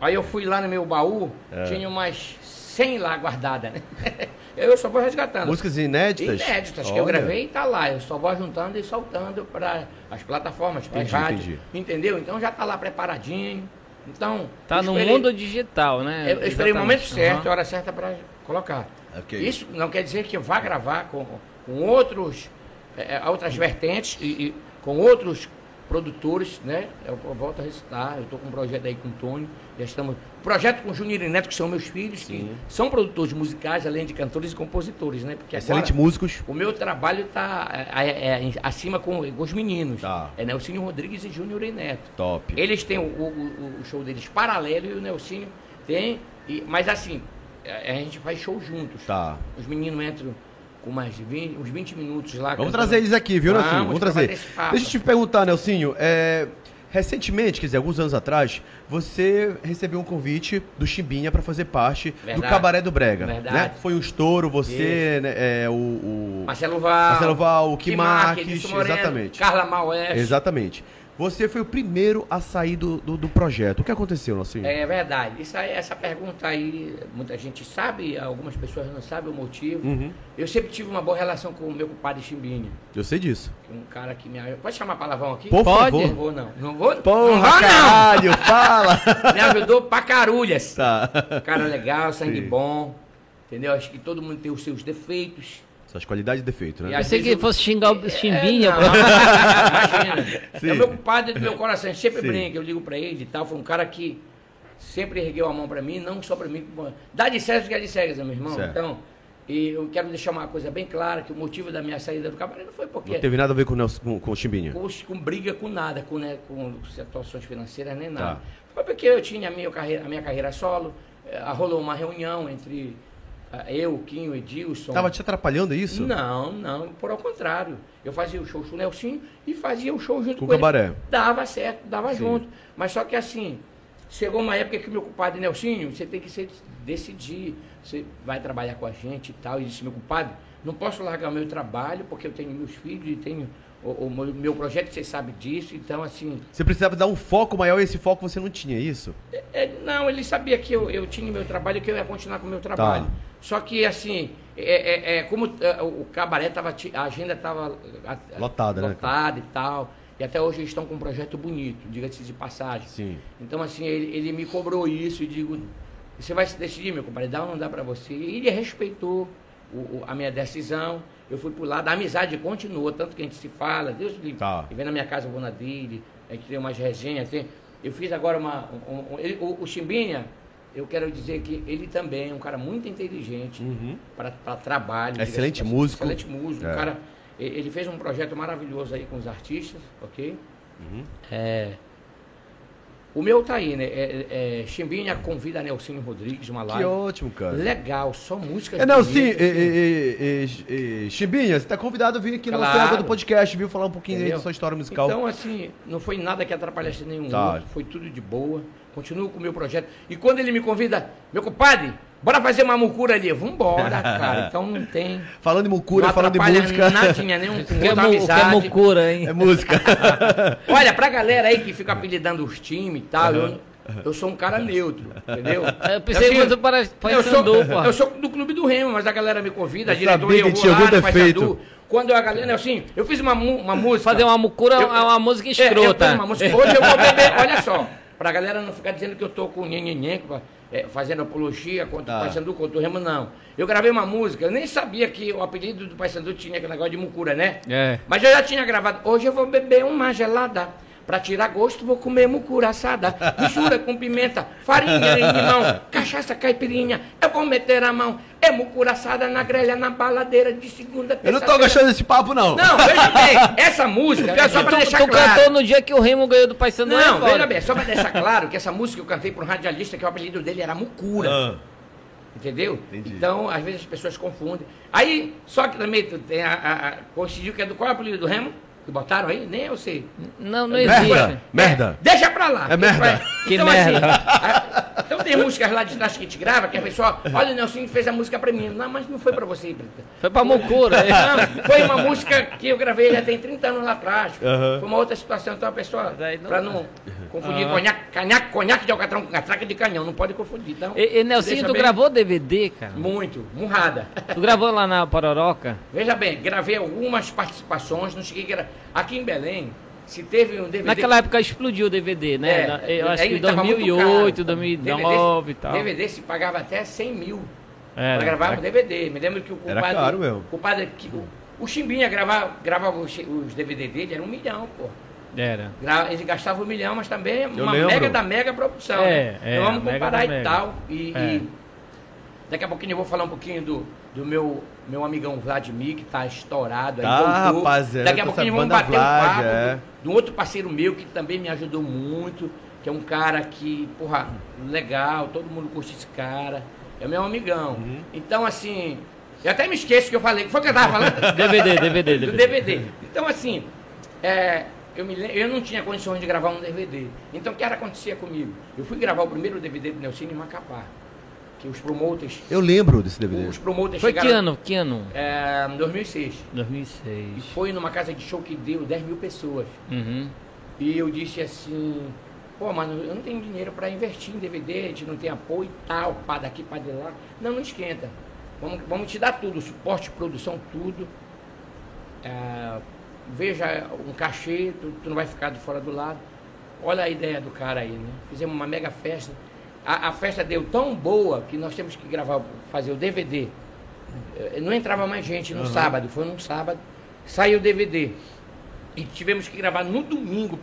Speaker 4: aí eu fui lá no meu baú,
Speaker 3: É.
Speaker 4: tinha umas 100 lá guardadas, né? Eu só vou resgatando.
Speaker 2: Músicas inéditas?
Speaker 4: Inéditas, que eu
Speaker 2: Olha.
Speaker 4: gravei e tá lá. Eu só vou juntando e soltando para as plataformas, para
Speaker 2: Entendi, entendi.
Speaker 4: rádio. Entendeu? Então já tá lá preparadinho. Então.
Speaker 3: Tá
Speaker 4: eu
Speaker 3: no
Speaker 4: esperei-
Speaker 3: mundo digital, né?
Speaker 4: eu, eu esperei o
Speaker 3: Exatamente.
Speaker 4: momento certo, a
Speaker 3: Aham.
Speaker 4: hora certa para colocar.
Speaker 2: Ok.
Speaker 4: Isso não quer dizer que eu vá gravar com, com outros, eh, eh, outras vertentes e, e com outros produtores, né? Eu, eu volto a recitar, eu estou com um projeto aí com o Tony, já estamos... Projeto com o Júnior e Neto, que são meus filhos,
Speaker 2: Sim.
Speaker 4: que são produtores musicais, além de cantores e compositores, né? Porque
Speaker 2: Excelentes
Speaker 4: agora,
Speaker 2: músicos.
Speaker 4: o meu trabalho tá, é, está acima com, com os meninos.
Speaker 2: Tá.
Speaker 4: É Nelsinho Rodrigues e Júnior e Neto.
Speaker 2: Top.
Speaker 4: Eles têm o, o- o- o show deles paralelo e o Nelsinho tem. e- mas assim, a, a gente faz show juntos.
Speaker 2: Tá.
Speaker 4: Os meninos entram com mais 20, uns 20 minutos lá.
Speaker 2: Vamos
Speaker 4: cantando.
Speaker 2: trazer eles aqui, viu,
Speaker 4: Vamos,
Speaker 2: Nelsinho? Vamos
Speaker 4: pra
Speaker 2: trazer.
Speaker 4: bater esse papo.
Speaker 2: Deixa eu te perguntar, Nelsinho. é, Recentemente, quer dizer, alguns anos atrás, você recebeu um convite do Chimbinha pra fazer parte do
Speaker 4: Verdade.
Speaker 2: Cabaré do Brega.
Speaker 4: Verdade.
Speaker 2: Né? Foi um estouro, você, né, é, o, o-
Speaker 4: Marcelo Val.
Speaker 2: Marcelo Val, o Kim Marques,
Speaker 4: Edilson Moreno,
Speaker 2: exatamente.
Speaker 4: Carla Maués.
Speaker 2: Exatamente. Você foi o primeiro a sair do, do, do projeto. O que aconteceu, Nelsinho?
Speaker 4: É verdade. Isso aí- essa pergunta aí, muita gente sabe, algumas pessoas não sabem o motivo.
Speaker 2: Uhum.
Speaker 4: Eu sempre tive uma boa relação com o meu compadre Chimbinha,
Speaker 2: Eu sei disso.
Speaker 4: que é um cara que me ajuda. Pode chamar palavrão aqui?
Speaker 2: Por Pode. favor.
Speaker 4: Não vou, não. Não vou, não
Speaker 2: Porra,
Speaker 4: vou, Ah, não.
Speaker 2: caralho, fala!
Speaker 4: Me ajudou pra carulhas.
Speaker 2: tá.
Speaker 4: Cara legal, sangue
Speaker 2: Sim.
Speaker 4: bom. Entendeu? Acho que todo mundo tem os seus defeitos.
Speaker 2: Suas qualidades e defeitos, né?
Speaker 4: E aí-
Speaker 3: Pensei que fosse xingar o Chimbinha.
Speaker 4: É, não,
Speaker 3: pô.
Speaker 4: imagina.
Speaker 2: Sim.
Speaker 4: É o meu compadre do meu coração. ele Sempre
Speaker 2: Sim.
Speaker 4: brinca, eu ligo pra ele e tal. Foi um cara que sempre ergueu a mão pra mim, não só pra mim. como- Dá de certo o que é de cegas, meu irmão.
Speaker 2: Certo.
Speaker 4: Então, e eu quero deixar uma coisa bem clara, que o motivo da minha saída do cabaré não foi porque...
Speaker 2: Não teve nada a ver com o, Nelson, com, com o Chimbinha.
Speaker 4: com, com briga, com nada, com, né, com situações financeiras, nem nada.
Speaker 2: Tá.
Speaker 4: Foi porque eu tinha a minha carreira, a minha carreira solo, eh, rolou uma reunião entre ah, eu, Quinho, Edilson.
Speaker 2: Tava te atrapalhando é isso?
Speaker 4: Não, não, por ao contrário. Eu fazia o show com o Nelsinho e fazia o show junto
Speaker 2: Com o
Speaker 4: com ele.
Speaker 2: Cabaré.
Speaker 4: Dava certo, dava
Speaker 2: Sim.
Speaker 4: junto. Mas só que assim, chegou uma época que o meu compadre Nelsinho, você tem que se decidir. Você vai trabalhar com a gente e tal. E disse, meu compadre, não posso largar o meu trabalho porque eu tenho meus filhos e tenho o, o meu, meu projeto, você sabe disso. Então, assim,
Speaker 2: Você precisava dar um foco maior e esse foco você não tinha, é isso?
Speaker 4: é, não, ele sabia que eu, eu tinha meu trabalho e que eu ia continuar com o meu trabalho.
Speaker 2: Tá.
Speaker 4: Só que, assim, é, é- é, como é, o cabaré estava. A agenda estava.
Speaker 2: Lotada, né,
Speaker 4: Lotada e tal. E até hoje eles estão com um projeto bonito, diga-se de passagem.
Speaker 2: Sim.
Speaker 4: Então, assim, ele, ele me cobrou isso e digo: você vai se decidir, meu compadre, dá ou não dá para você? E ele respeitou o- o- a minha decisão. Eu fui pro lado, a amizade continuou, tanto que a gente se fala, Deus me livre.
Speaker 2: Tá.
Speaker 4: E vem na minha casa, eu vou na dele, a gente tem umas resenhas. Tem... Eu fiz agora uma. um- um- ele- o, o Chimbinha, eu quero dizer que ele também é um cara muito inteligente para trabalho. diga-se
Speaker 2: Hum. Excelente
Speaker 4: de passagem.
Speaker 2: músico.
Speaker 4: Excelente músico.
Speaker 2: É.
Speaker 4: O cara, e- ele fez um projeto maravilhoso aí com os artistas, ok?
Speaker 2: Uhum.
Speaker 4: É, o meu tá aí, né? É, é, Chimbinha convida Nelsinho Rodrigues, uma
Speaker 2: Que
Speaker 4: live.
Speaker 2: ótimo, cara.
Speaker 4: Legal, só música.
Speaker 2: É, não, sim, e, e, e- e- Chibinha, você tá convidado a vir aqui no
Speaker 4: Claro.
Speaker 2: Serra do Podcast, viu? Falar um pouquinho aí da
Speaker 4: Entendeu?
Speaker 2: sua história musical.
Speaker 4: Então, assim, não foi nada que atrapalhasse nenhum
Speaker 2: Tá.
Speaker 4: outro, foi tudo de boa. Continuo com o meu projeto. E quando ele me convida, meu compadre, bora fazer uma mucura ali. Vambora, cara. Então não tem.
Speaker 2: falando em mucura,
Speaker 4: não
Speaker 2: falando em
Speaker 4: atrapalha
Speaker 2: música.
Speaker 4: Nadinha, nenhum,
Speaker 3: O que é,
Speaker 4: outra
Speaker 3: mu- o que é
Speaker 4: amizade.
Speaker 3: mucura, hein?
Speaker 2: É música.
Speaker 4: Olha, pra galera aí que fica apelidando os times e tal, eu, eu sou um cara neutro, entendeu?
Speaker 3: Eu pensei que você para
Speaker 4: É eu sou,
Speaker 3: Paysandu, porra.
Speaker 4: eu sou do clube do Remo, mas a galera me convida, a
Speaker 2: Eu sabia
Speaker 4: diretoria,
Speaker 2: que
Speaker 4: eu vou
Speaker 2: tinha
Speaker 4: lá
Speaker 2: algum
Speaker 4: no
Speaker 2: defeito.
Speaker 4: Paysandu. Quando a galera, assim, eu fiz uma, mu- uma música...
Speaker 3: Fazer uma mucura é uma música
Speaker 4: É, eu
Speaker 3: escrota.
Speaker 4: tenho uma música. Hoje eu vou beber, olha só, pra galera não ficar dizendo que eu tô com nhenhenhen, que fa- é, fazendo apologia contra
Speaker 2: Tá.
Speaker 4: o Paysandu, contra o Remo, não. Eu gravei uma música, eu nem sabia que o apelido do Paysandu tinha aquele negócio de mucura, né?
Speaker 3: É.
Speaker 4: Mas eu já tinha gravado. Hoje eu vou beber uma gelada. Pra tirar gosto, vou comer mucura assada. Mistura com pimenta, farinha e limão, cachaça, caipirinha. Eu vou meter a mão. É mucura assada na grelha, na baladeira de segunda,
Speaker 2: Eu não tô
Speaker 4: terça-feira.
Speaker 2: gostando desse papo, não.
Speaker 4: Não, veja bem. Essa música é só pra
Speaker 3: Tu,
Speaker 4: deixar
Speaker 3: tu
Speaker 4: claro.
Speaker 3: cantou no dia que o Remo ganhou do Paysandu. é aí
Speaker 4: Não,
Speaker 3: fora.
Speaker 4: veja bem, é só pra deixar claro que essa música eu cantei pra um radialista que o apelido dele era Mucura,
Speaker 2: Ah,
Speaker 4: entendeu?
Speaker 2: Entendi.
Speaker 4: Então, às vezes as pessoas confundem. Aí, só que também tu tem a, a, a- coincidiu que é do qual é o apelido do Remo? Que botaram aí? Nem eu sei.
Speaker 3: Não,
Speaker 4: é
Speaker 3: não existe.
Speaker 2: merda, merda.
Speaker 4: Deixa pra lá.
Speaker 2: É merda.
Speaker 3: Que
Speaker 4: então,
Speaker 3: merda.
Speaker 4: Assim, a- então tem músicas lá de trás que a gente grava, que a pessoa, olha, o Nelson fez a música pra mim. Não, mas não foi pra você, Brita.
Speaker 3: Foi pra mucura.
Speaker 4: Não, foi uma música que eu gravei já tem 30 anos lá atrás.
Speaker 2: Aham.
Speaker 4: Foi uma outra situação. Então a pessoa,
Speaker 3: Mas aí não- Ah.
Speaker 4: pra não confundir conhaque, canhaque, conhaque de alcatrão com catraca de canhão, não pode confundir. Então,
Speaker 3: e, e Nelsinho,
Speaker 4: deixa
Speaker 3: tu
Speaker 4: bem-
Speaker 3: gravou DVD, cara?
Speaker 4: Muito, murrada.
Speaker 3: Tu gravou lá na Pororoca?
Speaker 4: Veja bem, gravei algumas participações, não cheguei a gra- Aqui em Belém, se teve um DVD...
Speaker 3: Naquela época explodiu o DVD, né?
Speaker 4: É,
Speaker 3: Na- Eu acho
Speaker 4: aí
Speaker 3: que em
Speaker 4: tava muito
Speaker 3: 2008,
Speaker 4: caro.
Speaker 3: 2009 e tal.
Speaker 4: DVD se pagava até 100 mil.
Speaker 3: Era,
Speaker 4: pra gravar
Speaker 3: era-
Speaker 4: um DVD. Me lembro que o
Speaker 2: Era
Speaker 4: compadre.
Speaker 2: caro mesmo.
Speaker 4: O compadre que, o, o Chimbinha gravava, gravava os, os DVD dele, era um milhão, pô.
Speaker 3: Era.
Speaker 4: Gra- Ele gastava um milhão, mas também é uma
Speaker 2: lembro.
Speaker 4: mega da mega produção.
Speaker 3: É,
Speaker 4: né?
Speaker 3: é,
Speaker 4: Então vamos
Speaker 3: mega
Speaker 4: comparar
Speaker 3: da
Speaker 4: e
Speaker 3: mega.
Speaker 4: tal. E,
Speaker 3: É.
Speaker 4: e daqui a pouquinho eu vou falar um pouquinho do, do meu, meu amigão Vladimir, que tá estourado. aí,
Speaker 2: Tá,
Speaker 4: voltou.
Speaker 2: rapaziada,
Speaker 4: Daqui a
Speaker 2: com essa
Speaker 4: pouquinho vamos
Speaker 2: banda
Speaker 4: bater
Speaker 2: Vlad,
Speaker 4: um papo
Speaker 2: é.
Speaker 4: do, do outro parceiro meu que também me ajudou muito, que é um cara que, porra, legal, todo mundo curte esse cara. É meu amigão.
Speaker 2: Uhum.
Speaker 4: Então, assim, eu até me esqueço que eu falei. Foi o que eu tava falando?
Speaker 3: DVD, DVD,
Speaker 4: do DVD. Então, assim, é, eu, me, lem- eu não tinha condições de gravar um DVD. Então, o que era acontecia comigo? Eu fui gravar o primeiro DVD do Nelson em Macapá. Que os promoters.
Speaker 2: Eu lembro desse DVD.
Speaker 4: Os promoters
Speaker 3: Foi que
Speaker 4: chegaram.
Speaker 3: ano? Que ano?
Speaker 4: É, em 2006. E
Speaker 3: 2006.
Speaker 4: foi numa casa de show que deu 10 mil pessoas.
Speaker 3: Uhum.
Speaker 4: E eu disse assim, pô, mano, eu não tenho dinheiro pra investir em DVD, a gente não tem apoio e tal, pá daqui, pá de lá. Não, não esquenta. Vamos, vamos te dar tudo, suporte, produção, tudo. É, veja um cachê, tu, tu não vai ficar de fora do lado. Olha a ideia do cara aí, né? Fizemos uma mega festa. A, a festa deu tão boa que nós temos que gravar, fazer o DVD. Eh, Não entrava mais gente no sábado, foi num sábado. Saiu o DVD. E tivemos que gravar no domingo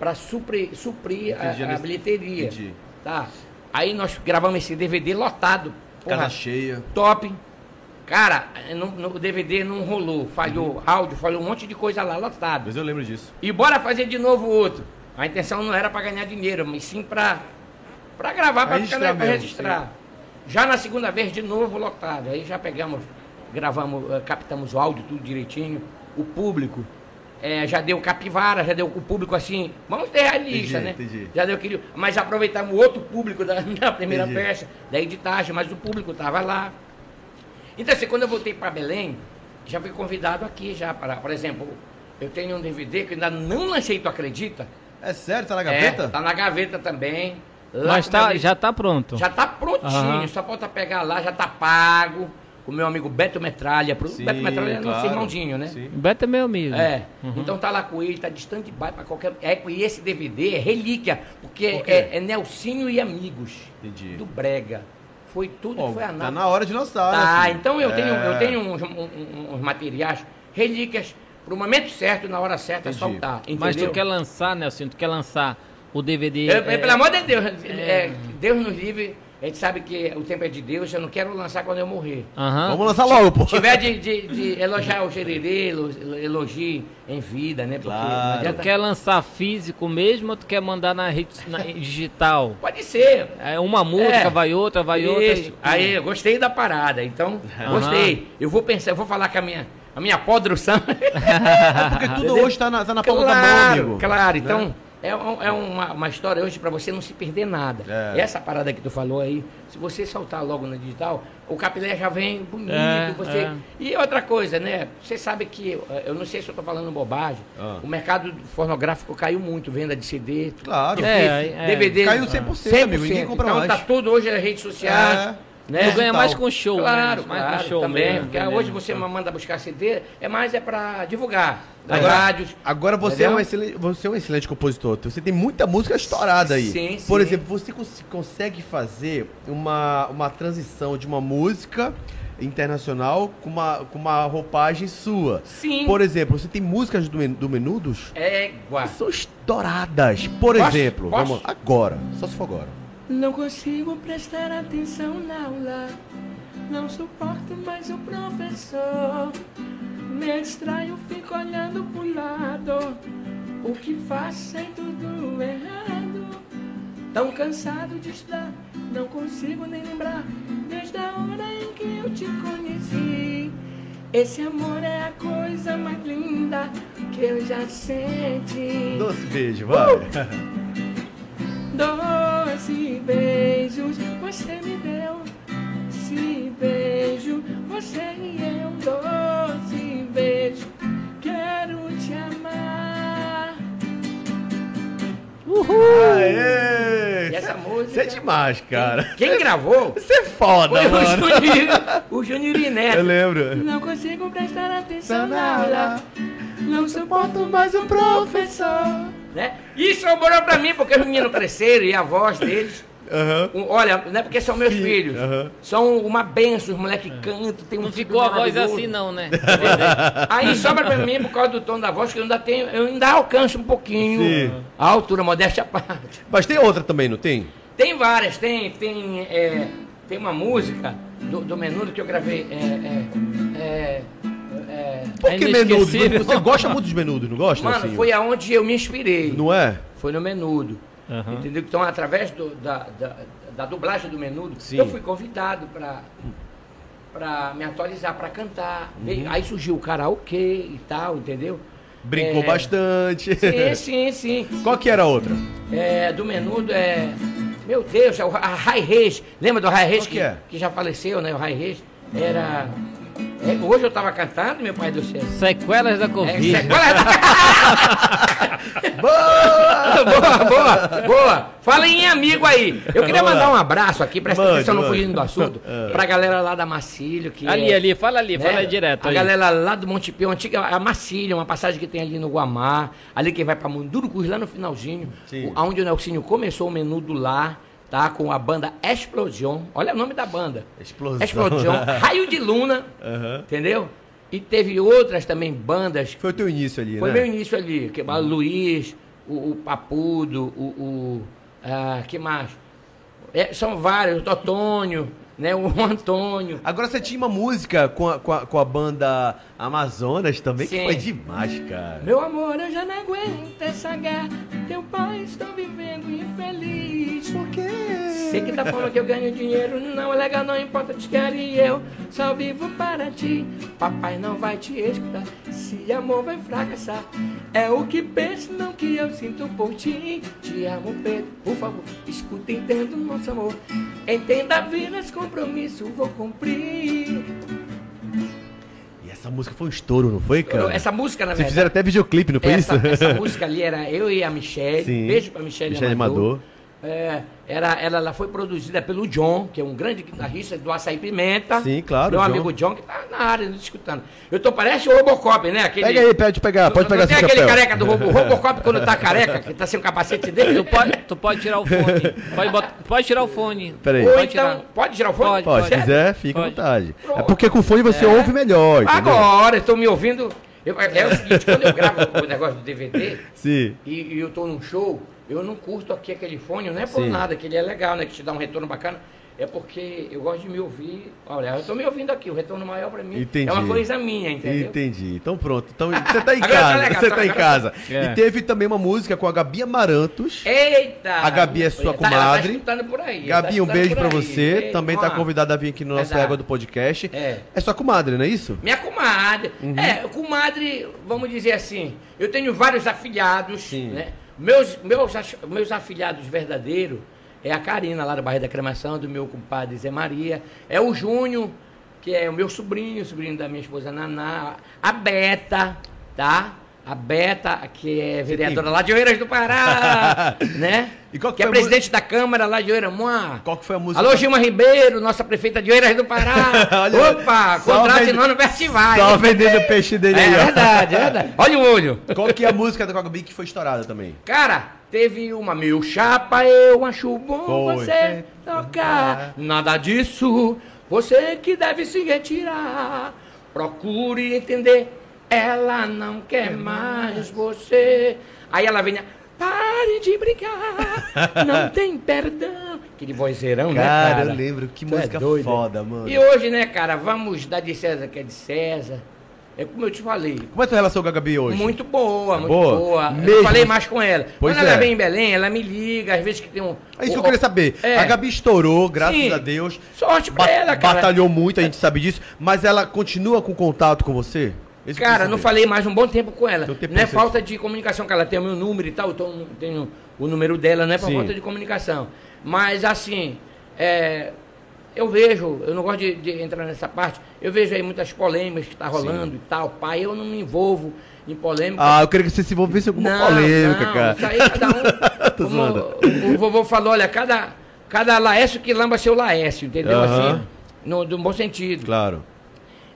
Speaker 4: para suprir, suprir a,
Speaker 2: Entendi,
Speaker 4: a
Speaker 2: nesse-
Speaker 4: bilheteria.
Speaker 2: Entendi.
Speaker 4: Tá? Aí nós gravamos esse DVD lotado.
Speaker 2: Casa
Speaker 4: Porra,
Speaker 2: cheia.
Speaker 4: top. Cara, não- não- o DVD não rolou. Falhou
Speaker 2: Uhum.
Speaker 4: áudio, falhou um monte de coisa lá, lotado.
Speaker 2: Mas eu lembro disso.
Speaker 4: E bora fazer de novo outro. A intenção não era para ganhar dinheiro, mas sim para Para gravar, para ficar
Speaker 2: Registrar
Speaker 4: legal, pra
Speaker 2: mesmo,
Speaker 4: registrar. Já na segunda vez, de novo, lotado. Aí já pegamos, gravamos, eh, captamos o áudio, tudo direitinho. O público eh, já deu capivara, já deu o público assim. Vamos ter realista,
Speaker 2: Entendi,
Speaker 4: né?
Speaker 2: entendi.
Speaker 4: Já deu aquele. Mas aproveitamos o outro público da, da primeira
Speaker 2: Entendi.
Speaker 4: festa, daí de tarde, mas o público estava lá. Então, assim, quando eu voltei para Belém, já fui convidado aqui já para, por exemplo, eu tenho um DVD que ainda não lancei, tu acredita?
Speaker 2: É sério? Tá na
Speaker 4: É,
Speaker 2: gaveta?
Speaker 4: tá na gaveta também. Lá
Speaker 3: Mas
Speaker 4: com
Speaker 3: tá,
Speaker 4: meu-
Speaker 3: já tá pronto.
Speaker 4: já tá prontinho,
Speaker 3: Aham.
Speaker 4: só falta pegar lá, já tá pago. O meu amigo Beto Metralha, pro...
Speaker 2: Sim,
Speaker 4: Beto Metralha é nosso
Speaker 2: claro.
Speaker 4: irmãozinho, né?
Speaker 2: Sim.
Speaker 3: Beto é meu amigo.
Speaker 4: É.
Speaker 2: Uhum.
Speaker 4: Então tá lá com ele, tá de stand-by pra qualquer. É, e esse DVD é relíquia, porque
Speaker 2: Por quê?
Speaker 4: é, é Nelsinho e Amigos.
Speaker 2: Entendi.
Speaker 4: Do Brega. Foi tudo
Speaker 2: Pô,
Speaker 4: que foi a
Speaker 2: tá
Speaker 4: nave.
Speaker 2: na hora de lançar. né,
Speaker 4: Tá,
Speaker 2: filho?
Speaker 4: então eu tenho,
Speaker 2: É.
Speaker 4: eu tenho uns, um- um- uns materiais, relíquias, pro momento certo, na hora certa,
Speaker 2: Entendi.
Speaker 4: soltar. Entendeu?
Speaker 3: Mas tu quer lançar, Nelson, tu quer lançar o DVD.
Speaker 4: Eu- eu-
Speaker 3: é,
Speaker 4: pelo amor de Deus, é, Deus nos livre, a gente sabe que o tempo é de Deus, eu não quero lançar quando eu morrer.
Speaker 3: Aham.
Speaker 2: Vamos lançar logo, pô.
Speaker 4: um Se tiver de, de- de elogiar o gererê, elo- elogie em vida, né? Porque
Speaker 2: Claro.
Speaker 3: Tu quer lançar físico mesmo ou tu quer mandar na rede na- em digital?
Speaker 4: Pode ser.
Speaker 3: É uma música,
Speaker 4: É.
Speaker 3: vai outra, vai outra.
Speaker 4: Isso.
Speaker 2: é.
Speaker 4: Aí, eu gostei da parada, então,
Speaker 3: Aham.
Speaker 4: gostei. Eu vou pensar, eu vou falar com a minha, a minha podrução.
Speaker 2: Porque tudo hoje tá na, tá na palma da mão,
Speaker 4: claro,
Speaker 2: amigo. Né?
Speaker 4: claro. Então, é, um- é uma, uma história hoje para você não se perder nada.
Speaker 2: É.
Speaker 4: E Essa parada que tu falou aí, se você soltar logo na digital, o capilé já vem bonito.
Speaker 3: É,
Speaker 4: você...
Speaker 3: é.
Speaker 4: E outra coisa, né? Você sabe que, eh, eu não sei se eu tô falando bobagem,
Speaker 2: Ah.
Speaker 4: o mercado pornográfico caiu muito, venda de CD,
Speaker 2: Claro.
Speaker 4: de
Speaker 3: É,
Speaker 4: clipe,
Speaker 3: é.
Speaker 4: DVD.
Speaker 2: Caiu 100%,
Speaker 4: 100%.
Speaker 2: amigo. Ninguém compra
Speaker 4: então,
Speaker 2: mais.
Speaker 4: tá tudo hoje nas redes sociais.
Speaker 2: É.
Speaker 4: Né?
Speaker 3: Tu ganha mais
Speaker 2: Digital.
Speaker 3: com show,
Speaker 4: claro,
Speaker 3: né? Mais
Speaker 4: claro,
Speaker 3: com show
Speaker 4: também.
Speaker 3: mesmo,
Speaker 4: porque
Speaker 3: vendendo.
Speaker 4: hoje você manda buscar CD, é mais é para divulgar. Nas
Speaker 2: Agora-
Speaker 4: rádios.
Speaker 2: Agora você é, um
Speaker 4: Entendeu?
Speaker 2: excelente, você é um excelente compositor. Você tem muita música estourada aí.
Speaker 4: Sim,
Speaker 2: Por
Speaker 4: sim.
Speaker 2: exemplo, você cons- consegue fazer uma, uma transição de uma música internacional com uma, com uma roupagem sua.
Speaker 4: Sim.
Speaker 2: Por exemplo, você tem músicas do, Men- do Menudos
Speaker 4: Égua.
Speaker 2: que são estouradas. Por
Speaker 4: Ah. Posso?
Speaker 2: exemplo,
Speaker 4: Posso?
Speaker 2: vamos agora. Só se for agora.
Speaker 4: Não consigo prestar atenção na aula. Não suporto mais o professor. Me distraio, fico olhando pro lado. O que faço é tudo errado. Tão cansado de estudar, não consigo nem lembrar. Desde a hora em que eu te conheci. Esse amor é a coisa mais linda que eu já senti.
Speaker 2: Doce beijo, vai.
Speaker 4: Doze beijos você me deu. Se beijo, você e eu. Doze beijos, quero te amar.
Speaker 2: Aê!
Speaker 4: E essa
Speaker 2: Cê-
Speaker 4: música-
Speaker 2: cê é demais, cara.
Speaker 4: Quem gravou?
Speaker 2: Você é foda,
Speaker 4: Foi um o
Speaker 2: mano.
Speaker 4: Juniri, o Juniri
Speaker 2: Eu
Speaker 4: Neto.
Speaker 2: lembro.
Speaker 4: Não consigo prestar atenção na aula. Não suporto
Speaker 2: mais um
Speaker 4: professor. Né? E sobrou pra mim, porque os meninos cresceram e a voz deles.
Speaker 2: Aham.
Speaker 4: Um- Olha, não é porque são meus
Speaker 2: Sim,
Speaker 4: filhos.
Speaker 2: aham.
Speaker 4: São uma benção, os moleque cantam, tem um
Speaker 3: É. Não
Speaker 4: filho
Speaker 3: ficou a voz
Speaker 4: maravilhoso.
Speaker 3: assim, não, né?
Speaker 4: Aí sobra pra mim por causa do tom da voz, que eu ainda tenho, eu ainda alcanço um pouquinho.
Speaker 2: Sim.
Speaker 4: A altura, modéstia à parte.
Speaker 2: Mas tem outra também, não tem?
Speaker 4: Tem várias, tem, tem, é, tem uma música do, do Menudo que eu gravei. É, é, é, é,
Speaker 2: Por
Speaker 3: É
Speaker 2: que menudo?
Speaker 3: inesquecível.
Speaker 2: Você gosta muito dos menudos, não gosta?
Speaker 4: né? Mano,
Speaker 2: assim?
Speaker 4: foi aonde eu me inspirei.
Speaker 2: Não é?
Speaker 4: Foi no Menudo.
Speaker 3: Aham.
Speaker 4: Entendeu? Então, através do- da, da, da dublagem do Menudo,
Speaker 2: Sim.
Speaker 4: eu fui convidado para para me atualizar, para cantar.
Speaker 2: Uhum.
Speaker 4: Veio- Aí surgiu o karaokê e tal, entendeu?
Speaker 2: Brincou
Speaker 4: É.
Speaker 2: bastante.
Speaker 4: Sim, sim, sim.
Speaker 2: Qual que era a outra?
Speaker 4: É, do Menudo é... Meu Deus, é o Ra- Rai Reis. Lembra do Rai Reis
Speaker 2: Qual que é?
Speaker 4: já faleceu, né? O Rai Reis era... é, hoje eu tava cantando, meu pai do céu.
Speaker 3: Sequelas da
Speaker 4: É,
Speaker 3: Covid.
Speaker 2: né?
Speaker 4: sequela...
Speaker 2: Boa!
Speaker 4: boa, boa, boa. Fala em amigo aí. Eu queria mandar um abraço aqui, presta
Speaker 2: Mande,
Speaker 4: atenção, não
Speaker 2: mande. É.
Speaker 4: fugindo do assunto, pra galera lá da Marcílio. Que
Speaker 3: Ali,
Speaker 4: é-
Speaker 3: ali, fala ali,
Speaker 4: né?
Speaker 3: fala aí direto.
Speaker 4: A
Speaker 3: aí.
Speaker 4: galera lá do Monte Pio, antiga, a Marcília, uma passagem que tem ali no Guamá, ali que vai pra Mundurucus, lá no finalzinho,
Speaker 2: Sim.
Speaker 4: o- aonde o Nelsinho começou o menu do lá, tá? Com a banda Explosion. Olha o nome da banda.
Speaker 2: Explosão.
Speaker 4: Explosion, Raio de Luna,
Speaker 2: Aham.
Speaker 4: entendeu? E teve outras também bandas
Speaker 2: Foi o teu início ali,
Speaker 4: foi
Speaker 2: né?
Speaker 4: meu início ali, que o Luiz, o, o Papudo, o, o ah, que mais? É, são vários, o Totônio, né, o Antônio.
Speaker 2: Agora você tinha uma música com a, com a, com a banda Amazonas também, que
Speaker 4: Sim. É.
Speaker 2: foi demais, cara.
Speaker 4: Meu amor, eu já não aguento essa guerra, Teu pai está vivendo infeliz.
Speaker 2: Por quê?
Speaker 4: Sei que da forma que eu ganho dinheiro não é legal, não importa, te quero e eu só vivo para ti. Papai não vai te escutar, se amor vai fracassar. É o que penso, não que eu sinto por ti. Te amo, Pedro, por favor, escuta e entenda o nosso amor. Entenda a vida, esse compromisso vou cumprir.
Speaker 2: E essa música foi um estouro, não foi, cara? Tipo,
Speaker 4: Essa música, na
Speaker 2: Vocês
Speaker 4: verdade.
Speaker 2: fizeram até videoclipe, não foi
Speaker 4: essa,
Speaker 2: isso?
Speaker 4: essa música ali era eu e a Michelle.
Speaker 2: é. Sim.
Speaker 4: Beijo pra Michelle,
Speaker 2: Michele Amador.
Speaker 4: É, era, ela, ela foi produzida pelo John, que é um grande guitarrista do Açaí Pimenta.
Speaker 2: Sim, claro,
Speaker 4: Meu
Speaker 2: John.
Speaker 4: amigo John, que tá na área nos escutando. Eu tô parece o Robocop, né? Aquele,
Speaker 2: Pega aí, pede pegar, pode
Speaker 4: Não-
Speaker 2: pegar
Speaker 4: não
Speaker 2: seu
Speaker 4: tem aquele
Speaker 2: chapéu.
Speaker 4: careca do Robo, o Robocop quando tá careca, que tá sem o capacete dele.
Speaker 3: Tu pode, tu pode tirar o fone. Pode, bot- pode tirar o fone.
Speaker 2: Pera aí.
Speaker 4: Ou
Speaker 3: Pode
Speaker 4: então,
Speaker 3: tirar.
Speaker 4: pode tirar o fone?
Speaker 3: Pode,
Speaker 2: Ó, se
Speaker 3: pode.
Speaker 4: Certo?
Speaker 2: quiser, fica à
Speaker 3: Pode.
Speaker 2: vontade. É
Speaker 4: Pronto.
Speaker 2: porque com fone você ouve melhor, entendeu?
Speaker 4: Agora, estão me ouvindo. Eu- é o seguinte, quando eu gravo o negócio do DVD,
Speaker 2: Sim.
Speaker 4: e, e eu tô num show, eu não curto aqui aquele fone, não é por
Speaker 2: Sim.
Speaker 4: nada, que ele é legal, né? Que te dá um retorno bacana. É porque eu gosto de me ouvir. Olha, eu tô me ouvindo aqui, o retorno maior pra mim
Speaker 2: Entendi.
Speaker 4: é uma coisa minha, entendeu?
Speaker 2: Entendi. Então pronto. Então, você tá em
Speaker 4: Agora tá
Speaker 2: casa.
Speaker 4: legal,
Speaker 2: você
Speaker 4: tá
Speaker 2: tá em
Speaker 4: legal.
Speaker 2: casa.
Speaker 3: É.
Speaker 2: E teve também uma música com a Gabi Amarantos.
Speaker 4: Eita!
Speaker 2: A Gabi é sua
Speaker 4: Tá- ela
Speaker 2: comadre.
Speaker 4: Tá, escutando por aí. ela tá
Speaker 2: Gabi, um
Speaker 4: escutando
Speaker 2: beijo
Speaker 4: por
Speaker 2: pra
Speaker 4: aí.
Speaker 2: você.
Speaker 4: Beijo,
Speaker 2: também tá
Speaker 4: vamos lá.
Speaker 2: convidada a vir aqui no nosso
Speaker 4: Exato.
Speaker 2: Égua do Podcast.
Speaker 4: É.
Speaker 2: É sua comadre, não é isso? Uhum.
Speaker 4: Minha comadre. É, comadre, vamos dizer assim, eu tenho vários afilhados,
Speaker 2: Sim.
Speaker 4: né? Meus, meus, ach- meus afilhados verdadeiros é a Karina, lá do Barreiro da Cremação, do meu compadre Zé Maria. É o Júnior, que é o meu sobrinho, sobrinho da minha esposa Naná. A Beta, tá? A Beta, que é vereadora lá de Oeiras do Pará, né?
Speaker 2: E qual que foi
Speaker 4: é
Speaker 2: a mu-
Speaker 4: presidente da Câmara lá de Oeiramã.
Speaker 2: Qual que foi a música?
Speaker 4: Alô, Gilma Ribeiro, nossa prefeita de Oeiras do Pará.
Speaker 2: Olha,
Speaker 4: Opa,
Speaker 2: só
Speaker 4: contrate
Speaker 2: vende-
Speaker 4: nós no festival.
Speaker 2: Só
Speaker 4: hein?
Speaker 2: vendendo o peixe dele aí,
Speaker 4: Ah, É
Speaker 2: ó.
Speaker 4: verdade, é verdade. Olha o olho.
Speaker 2: Qual que é a música da Gabi que foi estourada também?
Speaker 4: Cara, teve uma meu chapa, eu acho bom
Speaker 2: Foi.
Speaker 4: você tocar. Nada disso, você que deve se retirar. Procure entender, ela não quer mais você. Aí ela vem, pare de brigar, não tem perdão. Aquele vozeirão, né,
Speaker 2: Cara,
Speaker 4: cara?
Speaker 2: eu lembro. Que
Speaker 4: Tu é
Speaker 2: música
Speaker 4: doido.
Speaker 2: foda, mano.
Speaker 4: E hoje, né, cara, vamos dar de César que é de César. É como eu te falei,
Speaker 2: Como é a tua relação com a Gabi hoje? É
Speaker 4: muito boa, muito
Speaker 2: Boa?
Speaker 4: boa. Eu
Speaker 2: Mesmo?
Speaker 4: não falei mais com ela.
Speaker 2: Pois
Speaker 4: Quando ela
Speaker 2: é.
Speaker 4: vem em Belém, ela me liga, às vezes que tem um.
Speaker 2: É isso que eu queria saber.
Speaker 4: É.
Speaker 2: A Gabi estourou, graças
Speaker 4: Sim.
Speaker 2: a Deus.
Speaker 4: Sorte pra
Speaker 2: Ba-
Speaker 4: ela, cara.
Speaker 2: Batalhou muito, a gente sabe disso. Mas ela continua com contato com você? É Isso que eu
Speaker 4: Cara,
Speaker 2: queria
Speaker 4: não
Speaker 2: saber.
Speaker 4: falei mais um bom tempo com ela.
Speaker 2: Deu tempo
Speaker 4: Não é
Speaker 2: pra você.
Speaker 4: falta de comunicação, que ela tem o meu número e tal, eu tô- tenho o número dela, não é por
Speaker 2: Sim.
Speaker 4: falta de comunicação. Mas assim, é, eu vejo, eu não gosto de, de entrar nessa parte, eu vejo aí muitas polêmicas que tá rolando e tal, pai, eu não me envolvo em polêmica.
Speaker 2: Ah, eu queria que você se envolvesse em alguma polêmica,
Speaker 4: não,
Speaker 2: cara.
Speaker 4: Isso aí cada um.
Speaker 2: Tô
Speaker 4: como
Speaker 2: zoando.
Speaker 4: o, o vovô falou, olha, cada, cada Laércio que lamba seu Laércio, entendeu?
Speaker 2: Aham.
Speaker 4: Assim, no, no bom sentido.
Speaker 2: Claro.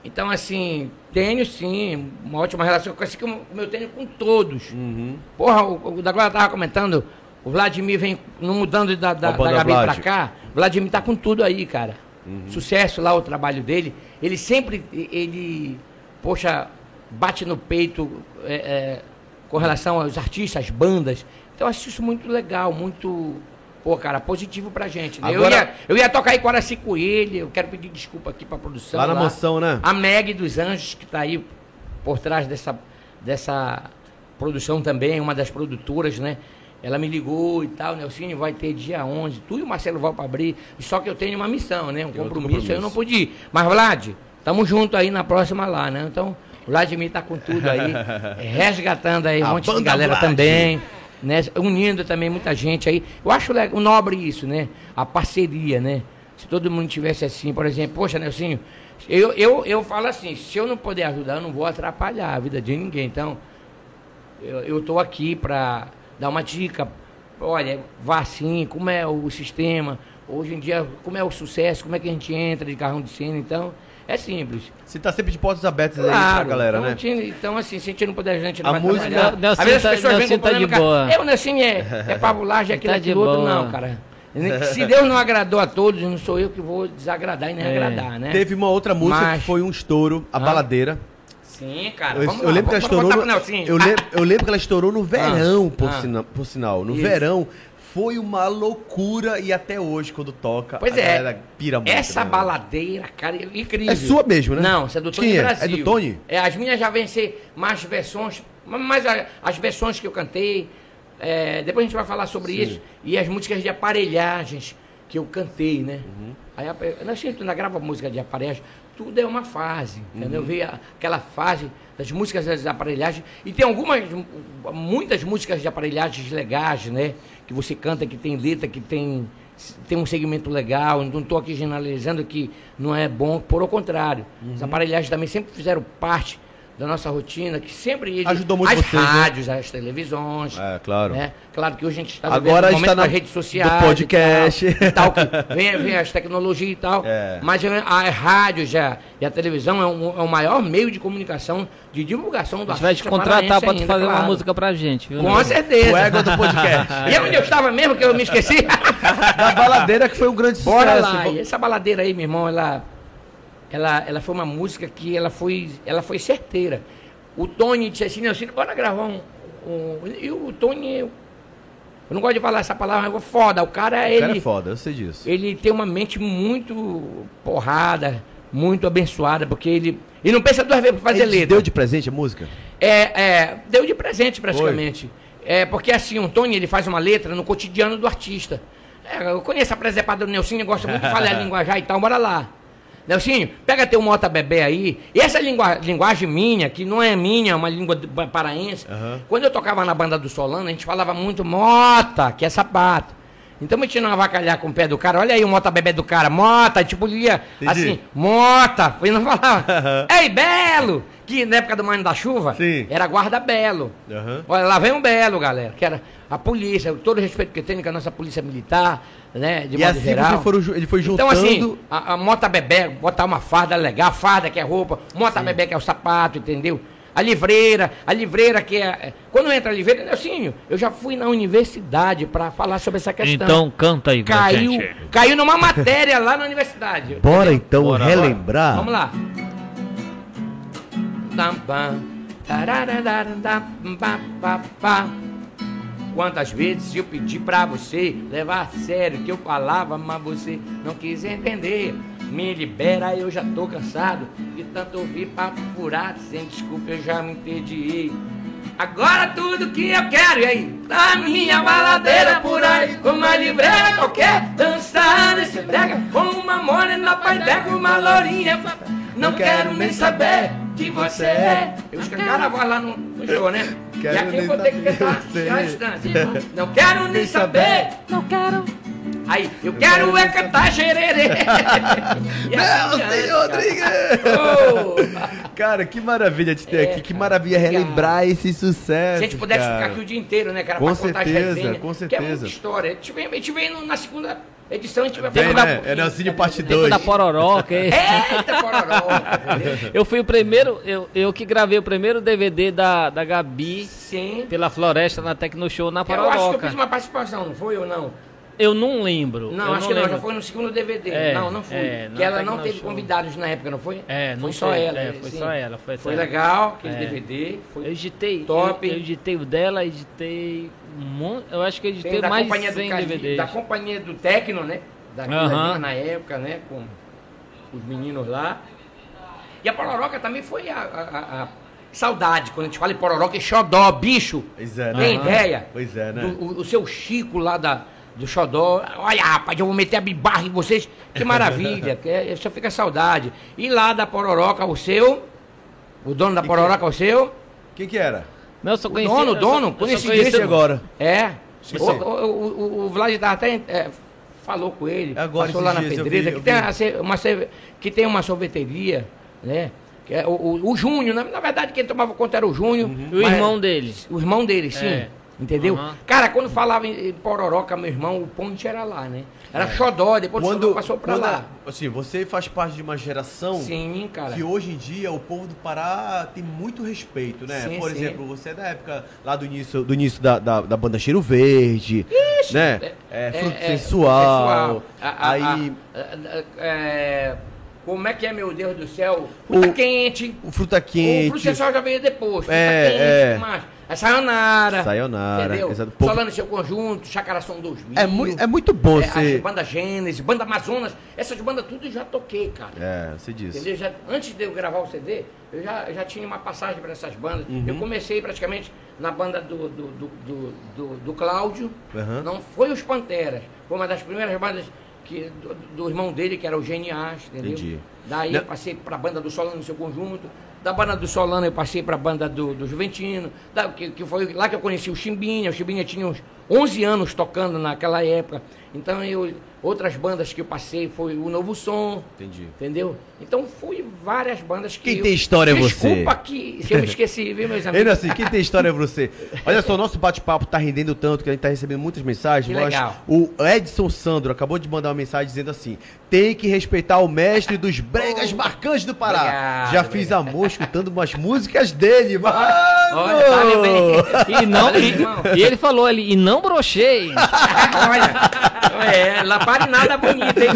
Speaker 4: Então, assim, tenho sim uma ótima relação com assim como eu tenho com todos.
Speaker 2: Uhum.
Speaker 4: Porra, o, o da Glória tava comentando, o Vladimir vem não mudando da, da,
Speaker 2: Ó, banda
Speaker 4: da Gabi
Speaker 2: Vlad. Uhum.
Speaker 4: pra cá. O Vladimir tá com tudo aí, cara. Sucesso lá, o trabalho dele. Ele sempre, ele, poxa, bate no peito é, é, com relação aos artistas, às bandas. Então, eu acho isso muito legal, muito. Pô, cara, positivo pra gente. Né?
Speaker 2: Agora-
Speaker 4: Eu, ia, eu ia tocar aí Quaraci com ele, eu quero pedir desculpa aqui pra produção.
Speaker 2: Lá na mansão, né?
Speaker 4: A Meg dos Anjos, que está aí por trás dessa, dessa produção também, uma das produtoras, né? Ela me ligou e tal, Nelsinho vai ter dia 11, tu e o Marcelo vão para abrir, só que eu tenho uma missão, né? Um
Speaker 2: Tem outro
Speaker 4: compromisso,
Speaker 2: compromisso.
Speaker 4: eu não pude ir. Mas, Vlad, tamo junto aí na próxima lá, né? Então, o Vladimir tá com tudo aí, resgatando aí um
Speaker 2: A
Speaker 4: monte de
Speaker 2: banda
Speaker 4: galera
Speaker 2: Vlad.
Speaker 4: também, né? Unindo também muita gente aí. Eu acho le- o nobre isso, né? A parceria, né? Se todo mundo tivesse assim, por exemplo, poxa, Nelsinho, eu, eu, eu falo assim, se eu não puder ajudar, eu não vou atrapalhar a vida de ninguém. Então, eu, eu tô aqui para dar uma dica. Olha, vá assim, como é o sistema, hoje em dia, como é o sucesso, como é que a gente entra de carrão de cena, então, é simples.
Speaker 2: Você tá sempre de portas abertas aí pra
Speaker 4: Claro,
Speaker 2: galera,
Speaker 4: então,
Speaker 2: né?
Speaker 4: tinha- então, assim, se a gente não puder, a gente não
Speaker 2: A
Speaker 4: vai
Speaker 2: música-
Speaker 4: trabalhar.
Speaker 3: Nelson
Speaker 4: Às vezes
Speaker 3: tá-
Speaker 4: as pessoas vêm
Speaker 3: Nelson
Speaker 4: com
Speaker 3: tá de
Speaker 4: polêmica,
Speaker 3: boa.
Speaker 4: É, o Nelson é, é pavulagem, aquilo,
Speaker 3: Tá de
Speaker 4: aquilo, outro
Speaker 3: boa.
Speaker 4: não, cara. Se Deus não agradou a todos, não sou eu que vou desagradar e nem
Speaker 3: É.
Speaker 4: agradar, né?
Speaker 2: Teve uma outra música
Speaker 4: Mas- Ah.
Speaker 2: que foi um estouro, A Baladeira.
Speaker 4: Sim, cara,
Speaker 2: Eu,
Speaker 4: vamos
Speaker 2: eu
Speaker 4: lá,
Speaker 2: lembro que ela estourou.
Speaker 4: vamos botar é
Speaker 2: No,
Speaker 4: pro Nelsinho.
Speaker 2: eu, lem- eu lembro que ela estourou no verão, por,
Speaker 4: ah.
Speaker 2: sina- por sinal. No
Speaker 4: Isso.
Speaker 2: verão foi uma loucura e até hoje, quando toca,
Speaker 4: Pois
Speaker 2: a
Speaker 4: é.
Speaker 2: galera pira muito.
Speaker 4: Essa
Speaker 2: né?
Speaker 4: baladeira, cara, é incrível.
Speaker 2: É sua mesmo, né?
Speaker 4: Não, essa é do
Speaker 2: De
Speaker 4: Tony
Speaker 2: quem é?
Speaker 4: Brasil.
Speaker 2: É do Tony?
Speaker 4: É, as minhas já vêm ser mais versões, mas as versões que eu cantei, É, depois a gente vai falar sobre
Speaker 2: Sim.
Speaker 4: isso. E as músicas de aparelhagens que eu cantei, né?
Speaker 2: Uhum.
Speaker 4: Aí, apa- nós sempre na grava música de aparelhagem, tudo é uma fase, entendeu?
Speaker 2: Uhum.
Speaker 4: Veio a- aquela fase das músicas das aparelhagens. E tem algumas, muitas músicas de aparelhagens legais, né? Que você canta, que tem letra, que tem, tem um segmento legal. Não estou aqui generalizando que não é bom, por o contrário. As
Speaker 2: Uhum.
Speaker 4: aparelhagens também sempre fizeram parte da nossa rotina, que sempre... eles-
Speaker 2: Ajudou muito
Speaker 4: As
Speaker 2: vocês, né?
Speaker 4: rádios, as televisões,
Speaker 2: É, claro.
Speaker 4: né? Claro que hoje a gente está
Speaker 2: Agora
Speaker 4: vivendo
Speaker 2: a
Speaker 4: um
Speaker 2: gente
Speaker 4: momento
Speaker 2: tá na-
Speaker 4: das redes sociais,
Speaker 2: do podcast.
Speaker 4: e tal, e tal, que vem, vem as tecnologias e tal.
Speaker 2: É.
Speaker 4: Mas a, a rádio já, e a televisão é, um- é o maior meio de comunicação, de divulgação do
Speaker 3: A gente vai te
Speaker 4: artista
Speaker 3: contratar
Speaker 4: paraense
Speaker 3: pra tu
Speaker 4: ainda,
Speaker 3: fazer uma
Speaker 4: claro.
Speaker 3: música pra gente, viu?
Speaker 4: Com
Speaker 3: Nelson?
Speaker 4: certeza.
Speaker 2: O ego do podcast.
Speaker 4: E é onde eu estava mesmo que eu me esqueci?
Speaker 2: da baladeira que foi um grande sucesso.
Speaker 4: Bora lá. E
Speaker 2: Vamos-
Speaker 4: essa baladeira aí, meu irmão, ela, ela, ela foi uma música que ela foi, ela foi certeira. O Tony disse assim, Nelson, bora gravar um, um-" E o Tony, eu eu não gosto de falar essa palavra, mas é foda. O cara,
Speaker 2: O cara
Speaker 4: ele,
Speaker 2: é foda, eu sei disso.
Speaker 4: ele tem uma mente muito porrada, muito abençoada, porque ele, ele não pensa duas vezes pra fazer
Speaker 2: Ele te
Speaker 4: letra.
Speaker 2: deu de presente a música?
Speaker 4: É, é, deu de presente praticamente. É, porque assim, o Tony ele faz uma letra no cotidiano do artista. É, eu conheço a presepada do Nelsinho, gosta muito de falar linguajar e tal, bora lá. Nelsinho, pega teu mota bebê aí. E essa lingua- linguagem minha, que não é minha, é uma língua do- pa- paraense.
Speaker 2: Aham.
Speaker 4: Quando eu tocava na banda do Solano, a gente falava muito mota, que é sapato. Então a gente não avacalhar com o pé do cara. Olha aí o mota bebê do cara, mota, tipo, lia
Speaker 2: Entendi.
Speaker 4: assim, mota. E não
Speaker 2: Aham.
Speaker 4: falava, ei, Belo! Que na época do Mano da Chuva,
Speaker 2: Sim.
Speaker 4: era guarda belo.
Speaker 2: Aham.
Speaker 4: Olha, lá vem um belo, galera, que era a polícia, todo o respeito que eu tenho com a nossa polícia militar, né, de
Speaker 2: E
Speaker 4: modo
Speaker 2: assim
Speaker 4: geral.
Speaker 2: você foram ju- ele foi
Speaker 4: Então
Speaker 2: juntando.
Speaker 4: assim, a, a mota bebê, botar uma farda legal, a farda que é roupa, mota bebê que é o sapato, entendeu? A livreira, a livreira que é... é- Quando entra a livreira, assim, eu já fui na universidade para falar sobre essa questão.
Speaker 3: Então canta aí, pra
Speaker 4: caiu,
Speaker 3: gente.
Speaker 4: caiu numa matéria lá na universidade.
Speaker 2: Bora então
Speaker 3: Bora,
Speaker 2: relembrar.
Speaker 4: Vamos lá. Tam, pam, tararararam, tam, pam, pam, pam. Quantas vezes eu pedi pra você levar a sério o que eu falava, mas você não quis entender. Me libera, eu já tô cansado de tanto ouvir papo furado. Sem desculpa, eu já me entediei. Agora tudo que eu quero, e aí? Na minha baladeira por aí, com uma livreira qualquer, dançar nesse brega, com uma morena pai pega uma lourinha. Não quero nem saber que você é. Eu escancar a voz lá no, no show, né?
Speaker 2: Quero
Speaker 4: e aqui
Speaker 2: nem
Speaker 4: eu vou ter que
Speaker 2: saber,
Speaker 4: cantar
Speaker 2: eu sei.
Speaker 4: a distância. Não quero nem saber.
Speaker 1: Não quero.
Speaker 4: Aí, eu quero é cantar xererê. E assim
Speaker 2: Meu
Speaker 4: diante,
Speaker 2: senhor
Speaker 4: cara.
Speaker 2: Rodrigues!
Speaker 4: Oh.
Speaker 2: Cara, que maravilha de ter aqui. Que maravilha relembrar esse sucesso.
Speaker 4: É, Se a gente pudesse
Speaker 2: cara.
Speaker 4: ficar aqui o dia inteiro, né, cara?
Speaker 2: Com
Speaker 4: pra
Speaker 2: certeza,
Speaker 4: contar as resenhas,
Speaker 2: com
Speaker 4: Que é muita
Speaker 2: certeza.
Speaker 4: história. A gente vem, a gente vem no- na segunda edição, a gente vai
Speaker 2: Vem,
Speaker 4: falar um
Speaker 2: né?
Speaker 4: pouquinho.
Speaker 2: É Nelsinho parte
Speaker 3: Tempo
Speaker 2: 2.
Speaker 3: da pororoca, hein?
Speaker 4: Eita, pororó. entendeu?
Speaker 3: Eu fui o primeiro, eu, eu que gravei o primeiro DVD da, da Gabi
Speaker 4: Sim.
Speaker 3: pela floresta na Tecno Show na
Speaker 4: Eu acho que eu
Speaker 3: Pororoca.
Speaker 4: fiz
Speaker 3: Eu,
Speaker 4: uma participação, não foi ou não?
Speaker 3: não lembro.
Speaker 4: Não,
Speaker 3: eu
Speaker 4: acho que não,
Speaker 3: lembro.
Speaker 4: já foi no segundo DVD.
Speaker 3: É,
Speaker 4: não, não foi.
Speaker 3: é,
Speaker 4: que
Speaker 3: não,
Speaker 4: ela
Speaker 3: tá
Speaker 4: não
Speaker 3: que
Speaker 4: teve
Speaker 3: não, show.
Speaker 4: convidados na época, não foi?
Speaker 3: É, não
Speaker 4: foi só
Speaker 3: sei,
Speaker 4: ela. né?
Speaker 3: é, foi
Speaker 4: sim.
Speaker 3: só ela, foi só ela.
Speaker 4: legal aquele
Speaker 3: É.
Speaker 4: DVD. Foi
Speaker 3: Eu editei,
Speaker 4: Top.
Speaker 3: Eu, eu editei o dela, editei um monte, eu acho que eu
Speaker 4: Tem
Speaker 3: editei
Speaker 4: da
Speaker 3: mais
Speaker 4: companhia
Speaker 3: de
Speaker 4: do
Speaker 3: 100
Speaker 4: Cali-
Speaker 3: DVDs.
Speaker 4: Da companhia do Tecno, né? Da
Speaker 3: Aham.
Speaker 4: da- na época, né? Com os meninos lá. E a Pororoca também foi a, a- a- a saudade. Quando a gente fala em Pororoca, é Xodó, bicho.
Speaker 2: Pois é, né?
Speaker 4: Tem ideia?
Speaker 2: Pois é, né?
Speaker 4: Do- o, o seu Chico lá da, do Xodó. Olha, rapaz, eu vou meter a bibarra em vocês. Que maravilha. que é- só fica saudade. E lá da Pororoca, o seu... O dono da Pororoca, o seu...
Speaker 2: Quem que era?
Speaker 3: Não, eu só conheci,
Speaker 4: dono,
Speaker 3: eu só-
Speaker 4: dono,
Speaker 3: eu só
Speaker 4: conheci
Speaker 3: conheci
Speaker 2: Esse
Speaker 4: Esse-
Speaker 2: agora.
Speaker 4: É.
Speaker 2: Sim,
Speaker 4: O,
Speaker 2: sim.
Speaker 4: o, o, o Vlad tá até é, falou com ele.
Speaker 2: É Agora,
Speaker 4: passou
Speaker 2: esses
Speaker 4: lá na
Speaker 2: dias eu
Speaker 4: pedreira,
Speaker 2: vi-
Speaker 4: que,
Speaker 2: eu
Speaker 4: tem
Speaker 2: vi.
Speaker 4: a ce- uma, ce- que tem uma sorveteria, né? Que é o, o, o Júnior, na, na verdade, quem tomava conta era o Júnior.
Speaker 2: Uhum.
Speaker 3: O
Speaker 4: mas-
Speaker 3: irmão dele.
Speaker 4: O irmão dele, sim.
Speaker 3: É.
Speaker 4: Entendeu?
Speaker 3: Aham.
Speaker 4: Cara, quando falava em em Pororoca, meu irmão, o ponte era lá, né? Era
Speaker 3: É.
Speaker 4: Xodó, depois o Xodó passou pra
Speaker 2: quando a-
Speaker 4: lá.
Speaker 2: Assim, você faz parte de uma geração
Speaker 4: Sim, cara.
Speaker 2: que hoje em dia o povo do Pará tem muito respeito, né?
Speaker 4: Sim,
Speaker 2: Por
Speaker 4: sim.
Speaker 2: exemplo, você é da época lá do início, do início da, da, da banda Cheiro Verde, né? É, fruto sensual.
Speaker 4: sensual. A- a-
Speaker 2: aí
Speaker 4: a- a- a- é, como é que é, meu Deus do céu?
Speaker 2: O-
Speaker 4: Puta quente.
Speaker 2: o Fruta
Speaker 4: O
Speaker 2: Quente.
Speaker 4: Fruta Sensual já veio depois. Fruta
Speaker 2: É,
Speaker 4: quente,
Speaker 2: é.
Speaker 4: mas Sayonara.
Speaker 2: Sayonara,
Speaker 4: né? Entendeu?
Speaker 2: exato. Pouco-
Speaker 4: Solano e seu conjunto, Chacaração 2000.
Speaker 2: É, mui- é muito bom
Speaker 4: É,
Speaker 2: você.
Speaker 4: as banda Gênesis, banda Amazonas, essas bandas tudo eu já toquei, cara.
Speaker 2: É, você disse.
Speaker 4: Entendeu? Já, antes de eu gravar o CD, eu já, já tinha uma passagem para essas bandas. Eu
Speaker 2: Uhum.
Speaker 4: comecei praticamente na banda do, do, do, do, do- do Cláudio.
Speaker 2: Aham.
Speaker 4: Não foi os Panteras. Foi uma das primeiras bandas que, do, do irmão dele, que era o Geniás, entendeu?
Speaker 2: Entendi.
Speaker 4: Daí
Speaker 2: Na-
Speaker 4: eu passei para a banda do Solano no seu conjunto. Da banda do Solano eu passei para a banda do, do Juventino, da- que, que foi lá que eu conheci o Chimbinha. O Chimbinha tinha uns 11 anos tocando naquela época. Então eu, outras bandas que eu passei foi o Novo Som,
Speaker 2: Entendi.
Speaker 4: Entendeu? Então fui várias bandas que.
Speaker 2: Quem
Speaker 4: eu-
Speaker 2: tem história é você.
Speaker 4: Desculpa que se eu me esqueci, viu, meus amigos?
Speaker 2: Ele assim, quem tem história é você. Olha só, o nosso bate-papo tá rendendo tanto que a gente tá recebendo muitas mensagens.
Speaker 4: Que
Speaker 2: mas
Speaker 4: legal.
Speaker 2: O Edson Sandro acabou de mandar uma mensagem dizendo assim: tem que respeitar o mestre dos bregas marcantes do Pará.
Speaker 4: Obrigado,
Speaker 2: Já fiz
Speaker 4: obrigado.
Speaker 2: amor escutando umas músicas dele, mano.
Speaker 4: Olha, tá bem.
Speaker 3: E não,
Speaker 4: Olha, irmão.
Speaker 3: e, e ele falou ali, e não brochei.
Speaker 4: Olha, é, laparinada bonita, hein?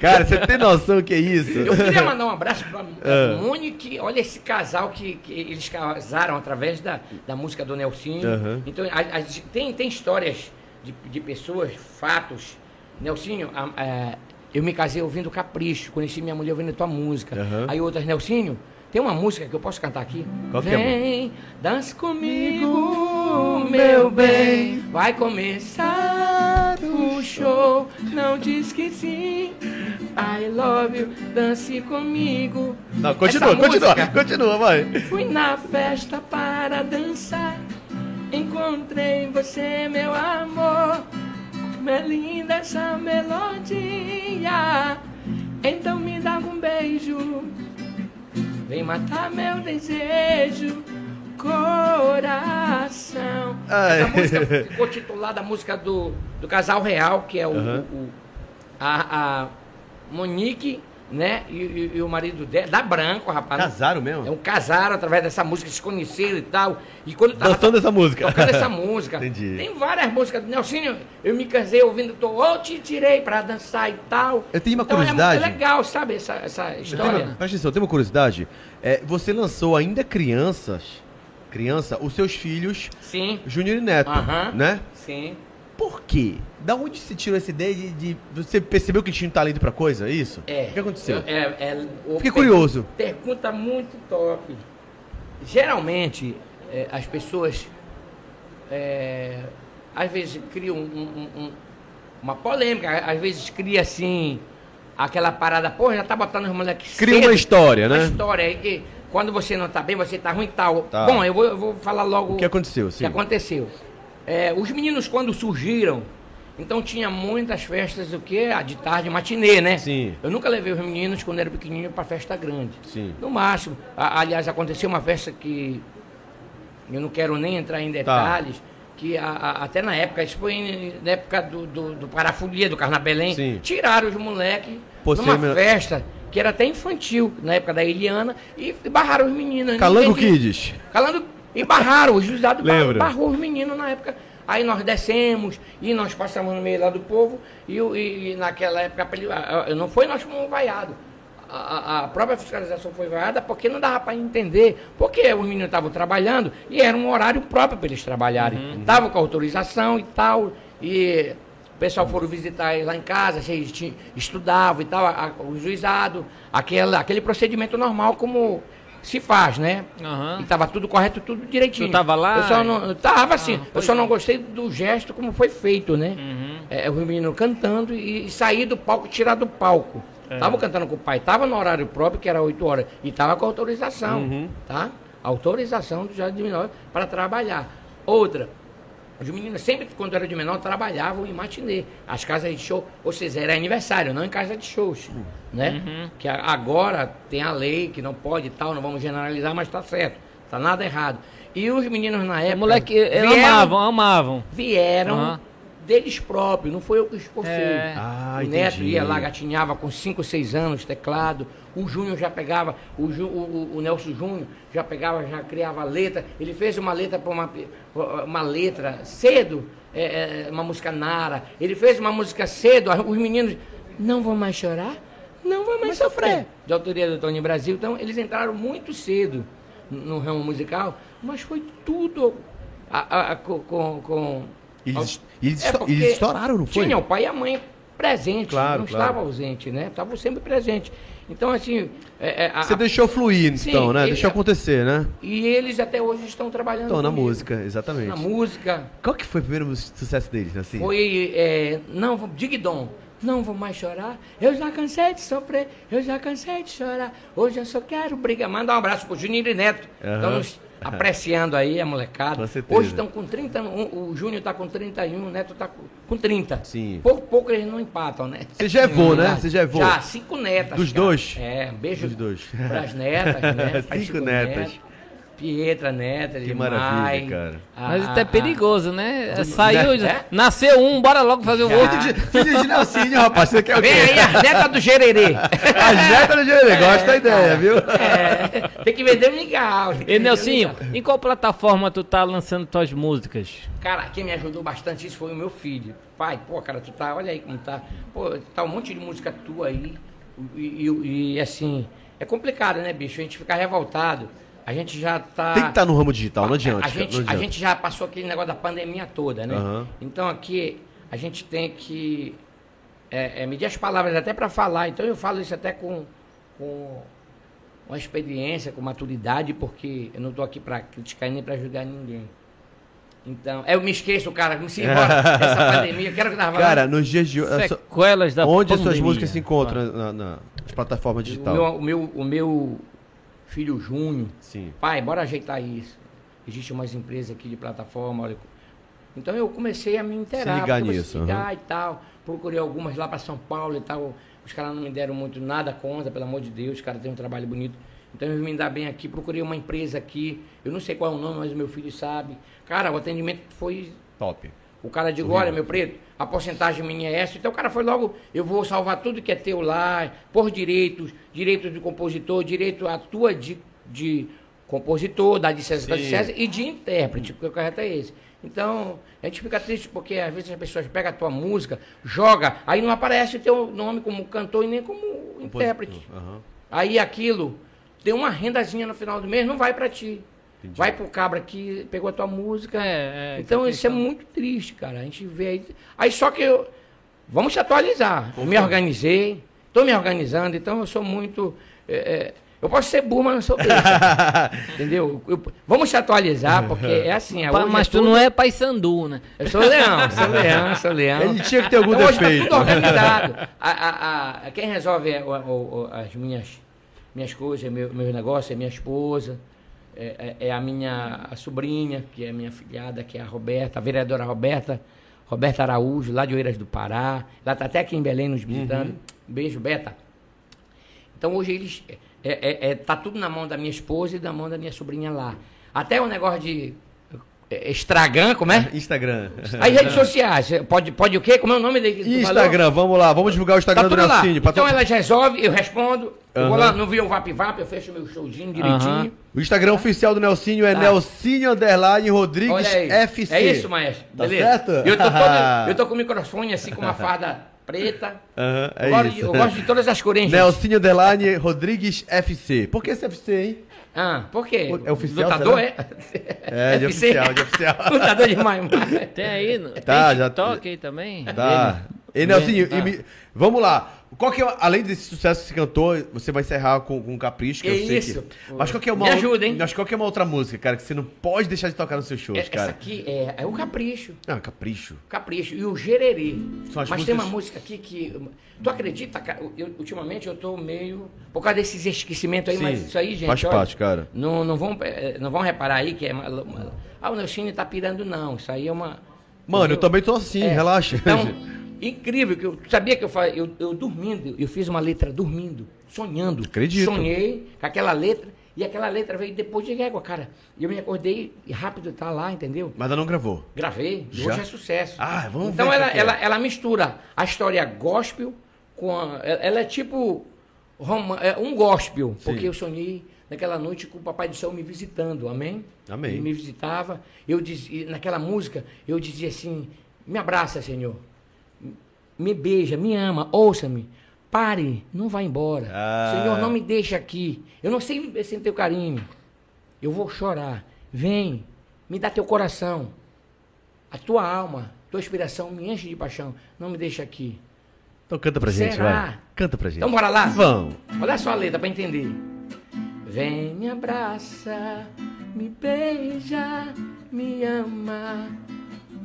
Speaker 2: Cara, você tem noção do que é isso?
Speaker 4: Eu queria mandar um abraço pra
Speaker 2: Ah.
Speaker 4: Monique. Olha esse casal que, que eles casaram através da, da música do Nelsinho.
Speaker 2: Aham.
Speaker 4: Então, a- a- tem, tem histórias de, de pessoas, fatos. Nelsinho, a- a- eu me casei ouvindo Capricho, conheci minha mulher ouvindo tua música.
Speaker 2: Aham.
Speaker 4: Aí outras, Nelsinho, tem uma música que eu posso cantar aqui?
Speaker 2: Qual que é,
Speaker 4: Vem, dança comigo, meu bem. Vai começar o show, não diz que sim. I love you, dance comigo.
Speaker 2: Não, continua,
Speaker 4: Essa
Speaker 2: continua,
Speaker 4: música,
Speaker 2: continua, vai.
Speaker 4: Fui na festa para dançar. Encontrei você, meu amor. Como é linda essa melodia. Então me dá um beijo. Vem matar meu desejo, coração.
Speaker 2: Ai.
Speaker 4: Essa música ficou titulada a música do, do Casal Real, que é o,
Speaker 2: Aham.
Speaker 4: o- a, a Monique, né? E, e- e o marido dela, da Branco, rapaz.
Speaker 2: Casaram
Speaker 4: É
Speaker 2: mesmo?
Speaker 4: um casaram através dessa música, se conheceram e tal. E quando tava
Speaker 2: Dançando essa música.
Speaker 4: tocando essa música.
Speaker 2: Entendi.
Speaker 4: Tem várias músicas do Nelsinho. Eu me casei ouvindo, tô, oh, te tirei pra dançar e tal.
Speaker 2: Eu tenho uma
Speaker 4: Então, é muito
Speaker 2: curiosidade.
Speaker 4: legal, sabe, essa, essa
Speaker 2: Eu tenho uma-
Speaker 4: história.
Speaker 2: presta atenção, eu tenho uma curiosidade. É, você lançou ainda crianças, criança, os seus filhos,
Speaker 4: Sim,
Speaker 2: Júnior e Neto,
Speaker 4: Aham.
Speaker 2: né?
Speaker 4: sim.
Speaker 2: Por quê? Da onde se tirou essa ideia de, de- Você percebeu que tinha um talento pra coisa, é isso?
Speaker 4: É.
Speaker 2: O que aconteceu?
Speaker 4: É, é, o-
Speaker 2: Fiquei curioso.
Speaker 4: Pergunta muito top. Geralmente, é, as pessoas, é, às vezes, criam um- um- um- uma polêmica, às vezes, cria assim, aquela parada, pô, já tá botando os moleques
Speaker 2: Cria uma
Speaker 4: cedo,
Speaker 2: história,
Speaker 4: Uma
Speaker 2: né?
Speaker 4: história aí que quando você não tá bem, você tá ruim e tal.
Speaker 2: Tá.
Speaker 4: Bom, eu vou, eu vou falar logo
Speaker 2: O que aconteceu, assim?
Speaker 4: o
Speaker 2: sim.
Speaker 4: que aconteceu. É, os meninos, quando surgiram, então tinha muitas festas, o quê? Ah, De tarde, matinê, né?
Speaker 2: Sim.
Speaker 4: Eu nunca levei os meninos, quando era pequenininho, pra festa grande.
Speaker 2: Sim.
Speaker 4: No máximo. A- aliás, aconteceu uma festa que eu não quero nem entrar
Speaker 2: Tá.
Speaker 4: em detalhes, que a- a- até na época, isso foi em- na época do, do, do Parafolia, do Carnabelém,
Speaker 2: Sim.
Speaker 4: tiraram os moleques
Speaker 2: Pô,
Speaker 4: numa
Speaker 2: você me-
Speaker 4: festa que era até infantil, na época da Eliana, e barraram os meninos.
Speaker 2: Calango
Speaker 4: Ninguém-
Speaker 2: Kids.
Speaker 4: Calando e barraram, o juizado bar-
Speaker 2: Lembra?
Speaker 4: barrou os meninos na época. Aí nós descemos e nós passamos no meio lá do povo e, o- e- e naquela época apeli- a- a- não foi nós fomos vaiados. A, a- a própria fiscalização foi vaiada porque não dava para entender. Porque os meninos estavam trabalhando e era um horário próprio para eles trabalharem.
Speaker 3: Uhum.
Speaker 4: Estavam com autorização e tal. E o pessoal foram visitar lá em casa, assim, ti- estudava e tal, a- a- o juizado, aquela, aquele procedimento normal como se faz, né?
Speaker 3: Aham.
Speaker 4: E tava tudo correto, tudo direitinho.
Speaker 3: Tu tava lá?
Speaker 4: Eu só não, eu tava assim. eu
Speaker 3: pois
Speaker 4: só
Speaker 3: é. Uhum.
Speaker 4: não gostei do gesto como foi feito, né? É, o menino cantando e, e sair do palco, tirar do palco.
Speaker 3: É.
Speaker 4: Tava cantando com o pai, tava no horário próprio, que era 8 horas, e tava com autorização,
Speaker 3: Uhum.
Speaker 4: tá? Autorização do Jardim de Menor para trabalhar. Outra, os meninos sempre, quando era de menor, trabalhavam em matinê. As casas de show, ou seja, era aniversário, não em casa de shows, né?
Speaker 3: Uhum.
Speaker 4: Que a- agora tem a lei que não pode e tal, não vamos generalizar, mas tá certo, tá nada errado. E os meninos na época...
Speaker 3: É, Moleque, eles
Speaker 4: vieram-
Speaker 3: amavam, amavam.
Speaker 4: vieram
Speaker 3: Aham.
Speaker 4: deles próprios, não foi eu que esforcei.
Speaker 3: É.
Speaker 2: Ah,
Speaker 4: o
Speaker 2: entendi.
Speaker 4: Neto ia lá, gatinhava com 5, 6 anos, teclado. O Júnior já pegava, o, Ju- o- o- o Nelson Júnior já pegava, já criava letra. Ele fez uma letra para uma, uma letra cedo, é, é, uma música Nara. Ele fez uma música cedo, a- os meninos, não vou mais chorar, não vou mais sofrer. De autoria do Tony Brasil. Então, eles entraram muito cedo no ramo musical, mas foi tudo a- a- com, com, com-
Speaker 2: E eles, e eles
Speaker 4: É
Speaker 2: esto-
Speaker 4: porque
Speaker 2: eles estouraram, não foi?
Speaker 4: Tinha um o pai e a mãe presente,
Speaker 2: Claro,
Speaker 4: não
Speaker 2: claro.
Speaker 4: estava ausente, né? Estavam sempre presente. Então, assim, é, é, a-
Speaker 2: Você deixou fluir,
Speaker 4: Sim,
Speaker 2: então, né?
Speaker 4: ele-
Speaker 2: Deixou acontecer, né?
Speaker 4: e eles até hoje estão trabalhando.
Speaker 2: Então, na
Speaker 4: comigo.
Speaker 2: música, exatamente.
Speaker 4: Na música.
Speaker 2: Qual que foi o primeiro su- sucesso deles, assim?
Speaker 4: Foi, é, não, vou- Digdom, não vou mais chorar, eu já cansei de sofrer, eu já cansei de chorar, hoje eu só quero brigar. Manda um abraço pro Juninho e Neto,
Speaker 2: Aham.
Speaker 4: estamos apreciando aí a molecada.
Speaker 2: Com certeza.
Speaker 4: Hoje estão com 30, um, o Júnior está com 31, o Neto está com, com 30.
Speaker 2: Sim.
Speaker 4: Pouco, pouco eles não empatam, né?
Speaker 2: Você já é vô, né? Você já é vô.
Speaker 4: Já, cinco netas.
Speaker 2: Dos dois?
Speaker 4: É, um beijo
Speaker 2: Dos dois.
Speaker 4: pras netas, né? Pra
Speaker 2: Cinco
Speaker 4: Chico
Speaker 2: netas.
Speaker 4: Neto, Pietra, neta,
Speaker 2: Que maravilha, cara.
Speaker 3: Mas isso é perigoso, né? Saiu,
Speaker 4: Ah. né?
Speaker 3: nasceu um, bora logo fazer o
Speaker 4: Já.
Speaker 3: outro.
Speaker 2: Filho de- Filho de Nelsinho, rapaz, você quer o quê?
Speaker 4: Vem aí a neta do Gererê.
Speaker 2: A Jeta do Gerê, gosta da ideia, viu?
Speaker 4: É, tem que vender um legal.
Speaker 3: E Nelsinho, em qual plataforma tu tá lançando tuas músicas?
Speaker 4: Cara, quem me ajudou bastante isso foi o meu filho. Pai, pô, cara, tu tá, olha aí como tá. Pô, tá um monte de música tua aí. E, e- e, assim, é complicado, né, bicho? A gente fica revoltado. A gente já tá.
Speaker 2: Tem que estar no ramo digital, não adianta.
Speaker 4: A gente,
Speaker 2: não adianta.
Speaker 4: a gente já passou aquele negócio da pandemia toda, né?
Speaker 2: Aham.
Speaker 4: Então aqui a gente tem que é, é, medir as palavras até para falar. Então eu falo isso até com, com uma experiência, com maturidade, porque eu não estou aqui para criticar e nem para julgar ninguém. Então, eu me esqueço, cara, me se embora essa pandemia, eu quero que nós
Speaker 2: Cara, nos dias de hoje. só-
Speaker 3: Sequelas da
Speaker 2: Onde as suas
Speaker 3: pandemia.
Speaker 2: músicas se encontram na- na- nas plataformas
Speaker 4: o
Speaker 2: digitais?
Speaker 4: meu, o, meu, o meu filho Júnior,
Speaker 2: Sim.
Speaker 4: Pai, bora ajeitar isso. Existe umas empresas aqui de plataforma, olha. Então eu comecei a me inteirar,
Speaker 2: Se ligar
Speaker 4: comecei a
Speaker 2: nisso,
Speaker 4: me ligar e tal. Procurei algumas lá para São Paulo e tal. Os caras não me deram muito nada contra, pelo amor de Deus, os caras têm um trabalho bonito. Então eu vim me dar bem aqui, procurei uma empresa aqui. Eu não sei qual é o nome, mas o meu filho sabe. Cara, o atendimento foi
Speaker 2: Top.
Speaker 4: o cara digo, olha, meu preto, a porcentagem minha é essa. Então o cara foi logo, eu vou salvar tudo que é teu lá, por direitos, direitos do compositor, direito à tua de, de compositor, da licença da
Speaker 2: Sim.
Speaker 4: licença e de intérprete, porque o correto é esse. Então, a gente fica triste porque às vezes as pessoas pegam a tua música, joga, aí não aparece o teu nome como cantor e nem como intérprete.
Speaker 2: Aham.
Speaker 4: Aí aquilo tem uma rendazinha no final do mês, não vai pra ti. Vai pro cabra que pegou a tua música.
Speaker 3: É, é,
Speaker 4: então
Speaker 3: essa
Speaker 4: isso é
Speaker 3: questão.
Speaker 4: muito triste, cara. A gente vê aí. Aí só que eu. Vamos se atualizar. Eu me organizei, tô me organizando, então eu sou muito. é, é, eu posso ser burro, mas não sou besta. entendeu? Eu- vamos se atualizar, porque é assim.
Speaker 3: Pa- Mas tu não é paisandu, né?
Speaker 4: Eu sou leão, sou leão, sou leão.
Speaker 2: Ele tinha que ter algum
Speaker 4: Então, hoje
Speaker 2: defeito.
Speaker 4: Tá tudo organizado. A, a- a- quem resolve é o- o- o- as minhas, minhas coisas, meu, meus negócios, é minha esposa, é, é- é a minha a sobrinha, que é minha filhada, que é a Roberta, a vereadora Roberta, Roberta Araújo, lá de Oeiras do Pará. Ela está até aqui em Belém nos visitando.
Speaker 2: Uhum.
Speaker 4: Beijo, Beta. Então hoje eles. É, é- é- tá tudo na mão da minha esposa e na mão da minha sobrinha lá. Até o negócio de. é, Estragam, como é?
Speaker 2: Instagram.
Speaker 4: As redes sociais, pode, pode o quê? Como é o nome dele? que tu falou?
Speaker 2: né? Instagram, vamos lá, vamos divulgar o
Speaker 4: Tá
Speaker 2: Instagram do
Speaker 4: tudo lá.
Speaker 2: Nelsinho. pra
Speaker 4: Então
Speaker 2: to-
Speaker 4: elas resolvem, eu respondo. Eu vou
Speaker 2: Aham.
Speaker 4: lá, não vi o Vap Vap, eu fecho meu showzinho direitinho.
Speaker 3: Aham.
Speaker 2: O Instagram oficial do Nelsinho é
Speaker 4: Tá.
Speaker 2: Nelsinho Underline Rodrigues
Speaker 4: Olha aí.
Speaker 2: FC.
Speaker 4: É isso, maestro.
Speaker 2: Tá
Speaker 4: Beleza?
Speaker 2: certo?
Speaker 4: E Eu tô, todo, eu tô com o microfone assim, com uma farda preta.
Speaker 2: Aham, é
Speaker 4: eu, gosto, de-
Speaker 2: isso.
Speaker 4: eu gosto de todas as cores, hein, gente?
Speaker 2: Nelsinho Underline Rodrigues FC. Por que esse FC, hein?
Speaker 4: Ah, por quê?
Speaker 2: É oficial,
Speaker 4: Lutador
Speaker 2: será?
Speaker 4: é?
Speaker 2: É, de
Speaker 4: FC.
Speaker 2: oficial, de oficial.
Speaker 4: Lutador de Maio
Speaker 3: Tem aí, no- tem
Speaker 2: Tá, já-
Speaker 3: TikTok aí também?
Speaker 2: Tá. E Nelsinho, e me- vamos lá. Qual que é, o- além desse sucesso que você cantou, você vai encerrar com, com um capricho que,
Speaker 4: Que
Speaker 2: eu sei
Speaker 4: É isso?
Speaker 2: que. Mas qual que é uma
Speaker 4: Me
Speaker 2: ou-
Speaker 4: ajuda, hein?
Speaker 2: Mas qual que é uma outra música, cara, que você não pode deixar de tocar nos seus shows,
Speaker 4: Essa
Speaker 2: cara?
Speaker 4: aqui é, é o capricho.
Speaker 2: Ah, capricho.
Speaker 4: Capricho. E o Gererê.
Speaker 2: São as
Speaker 4: Mas
Speaker 2: músicas-
Speaker 4: tem uma música aqui que. Tu acredita, cara? Eu- ultimamente eu tô meio. Por causa desses esquecimentos aí,
Speaker 2: Sim,
Speaker 4: mas isso aí, gente.
Speaker 2: faz
Speaker 4: olha,
Speaker 2: parte, cara.
Speaker 4: Não, não, vão, eh, não vão reparar aí que é. uma- uma- ah, o Nelcine tá pirando, não. Isso aí é uma.
Speaker 2: Mano, eu
Speaker 4: entendeu?
Speaker 2: também tô assim,
Speaker 4: É.
Speaker 2: relaxa.
Speaker 4: Então, incrível que eu sabia que eu fa- eu, eu dormindo, eu fiz uma letra dormindo, sonhando.
Speaker 2: Acredito.
Speaker 4: Sonhei com aquela letra e aquela letra veio depois de régua, cara. E eu me acordei e rápido tá lá, entendeu?
Speaker 2: Mas ela não gravou.
Speaker 4: Gravei, e
Speaker 2: Já?
Speaker 4: hoje é sucesso.
Speaker 2: Ah, vamos
Speaker 4: então
Speaker 2: ver
Speaker 4: ela,
Speaker 2: qual que é.
Speaker 4: ela, ela mistura a história gospel com. a- ela ela é tipo roma- é um gospel, porque eu sonhei naquela noite com o Papai do Céu me visitando, amém?
Speaker 2: Amém.
Speaker 4: Ele me visitava, eu dizia, naquela música, eu dizia assim: me abraça, Senhor, me beija, me ama, ouça-me. Pare, não vá embora.
Speaker 2: Ah.
Speaker 4: Senhor, não me deixa aqui. Eu não sei viver sem teu carinho. Eu vou chorar. Vem, Me dá teu coração, a tua alma, tua inspiração, me enche de paixão. Não me deixa aqui.
Speaker 2: Então canta pra gente,
Speaker 4: Será?
Speaker 2: vai. Canta pra gente.
Speaker 4: Então bora lá?
Speaker 2: Vamos.
Speaker 4: Olha só a letra pra entender. Vem, me abraça, me beija, me ama,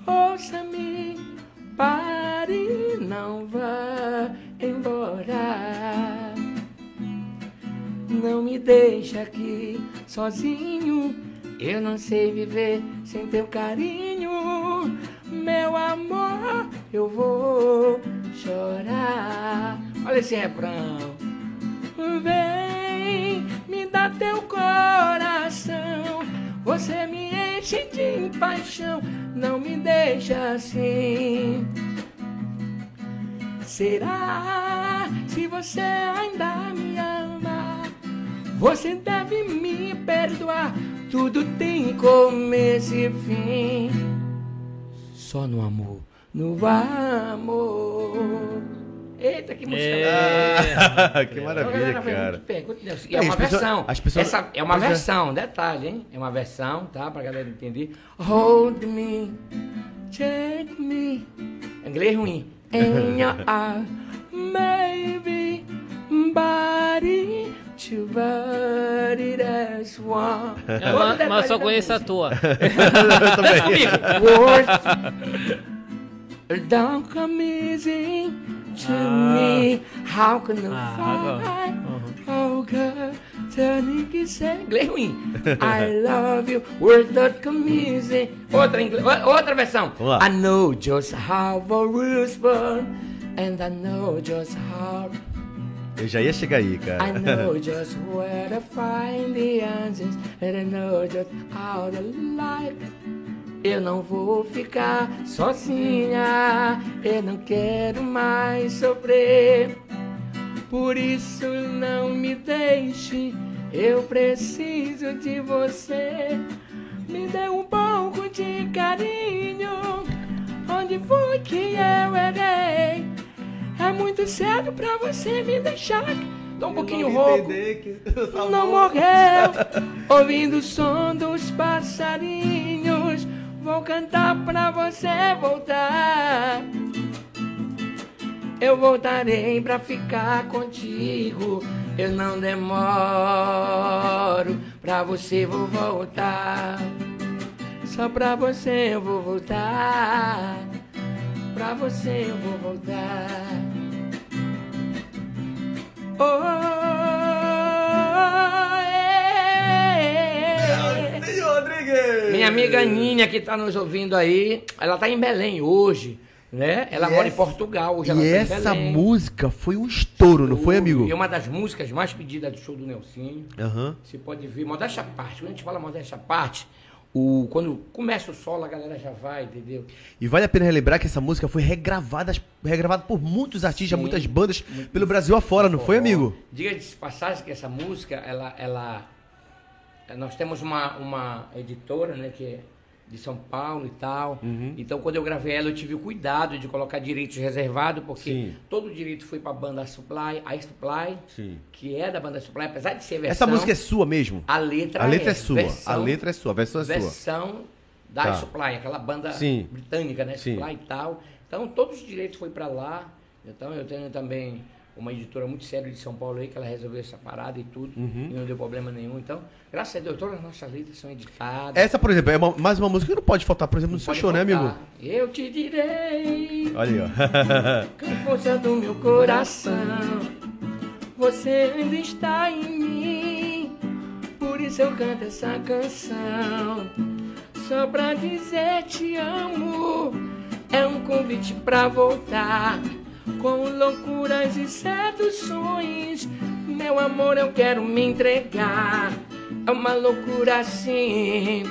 Speaker 4: ouça-me, pare, não vá embora. Não me deixa aqui sozinho, eu não sei viver sem teu carinho. Meu amor, eu vou chorar. Olha esse refrão. Vem, me dá teu coração. Você me enche de paixão, não me deixa assim. Será se você ainda me ama? Você deve me perdoar. Tudo tem começo e fim. Só no amor, no amor. Eita, que música!
Speaker 3: É.
Speaker 2: que
Speaker 4: Então, a
Speaker 2: maravilha,
Speaker 4: galera vai
Speaker 2: cara.
Speaker 4: muito bem, muito bem. E
Speaker 2: É,
Speaker 4: É uma
Speaker 2: as pessoas-
Speaker 4: versão.
Speaker 2: as pessoas-
Speaker 4: Essa é uma
Speaker 2: Pois é.
Speaker 4: versão, detalhe, hein? É uma versão, tá? Pra galera entender. Hold me, take me. Inglês ruim. In your arms, maybe, body to body that's one.
Speaker 3: É,
Speaker 4: Todo
Speaker 3: mas, mas
Speaker 4: detalhe
Speaker 3: só
Speaker 4: da
Speaker 3: conheço a
Speaker 4: música.
Speaker 3: tua.
Speaker 2: Eu também.
Speaker 4: Words don't come easy to me. How can I
Speaker 3: agora.
Speaker 4: find Oh girl, turning que isso é inglês ruim. I love you, words don't come easy. Outra, ingle- o- outra versão.
Speaker 2: Vamos lá.
Speaker 4: I know just how a whisper, and I know just how
Speaker 2: Eu já ia chegar aí, cara.
Speaker 4: I know just where to find the answers, and I know just how to like. Eu não vou ficar sozinha, eu não quero mais sofrer. Por isso não me deixe, eu preciso de você. Me dê um pouco de carinho, onde foi que eu errei? É muito cedo pra você me deixar, tô um pouquinho rouco não morreu. Ouvindo o som dos passarinhos, vou cantar pra você voltar. Eu voltarei pra ficar contigo. Eu não demoro, pra você vou voltar. Só pra você eu vou voltar. Pra você eu vou voltar. Oh, é.
Speaker 2: Rodrigues!
Speaker 4: Minha amiga Ninha que está nos ouvindo aí, ela está em Belém hoje, né? Ela
Speaker 2: E
Speaker 4: mora em
Speaker 2: essa-
Speaker 4: Portugal hoje. ela
Speaker 2: E
Speaker 4: tá em
Speaker 2: essa
Speaker 4: Belém.
Speaker 2: música foi um estouro, não foi, amigo?
Speaker 4: E é uma das músicas mais pedidas do show do Nelsinho.
Speaker 2: Aham.
Speaker 4: Você pode ver, modéstia à parte. Quando a gente fala modéstia à parte, o, quando começa o solo, a galera já vai, entendeu?
Speaker 2: E vale a pena relembrar que essa música foi regravada, regravada por muitos artistas,
Speaker 4: Sim.
Speaker 2: muitas bandas pelo Brasil afora, não foi, amigo?
Speaker 4: Diga de passagem que essa música, ela, ela, nós temos uma, uma editora, né, que é de São Paulo e tal.
Speaker 2: Uhum.
Speaker 4: Então, quando eu gravei ela, eu tive o cuidado de colocar direitos reservados, porque
Speaker 2: Sim.
Speaker 4: todo o direito foi para a banda Supply, a Supply,
Speaker 2: Sim.
Speaker 4: que é da banda Supply, apesar de ser versão.
Speaker 2: Essa música é sua mesmo?
Speaker 4: a letra
Speaker 2: A letra é,
Speaker 4: é
Speaker 2: sua.
Speaker 4: versão-
Speaker 2: A letra é sua, a versão é sua.
Speaker 4: versão da
Speaker 2: Tá.
Speaker 4: Supply, aquela banda
Speaker 2: Sim.
Speaker 4: britânica, né?
Speaker 2: Sim.
Speaker 4: Supply e tal. Então todos os direitos foi para lá. Então eu tenho também uma editora muito séria de São Paulo aí que ela resolveu essa parada e tudo
Speaker 2: Uhum.
Speaker 4: e não deu problema nenhum. Então, graças a Deus, todas as nossas letras são editadas.
Speaker 2: Essa, por exemplo, é uma- mais uma música que não pode faltar, por exemplo, no seu
Speaker 4: Pode
Speaker 2: show, né,
Speaker 4: voltar.
Speaker 2: amigo?
Speaker 4: Eu te direi
Speaker 2: Olha aí, ó.
Speaker 4: com força do meu coração. Você ainda está em mim, por isso eu canto essa canção. Só pra dizer te amo, é um convite pra voltar. Com loucuras e seduções, meu amor, eu quero me entregar. É uma loucura assim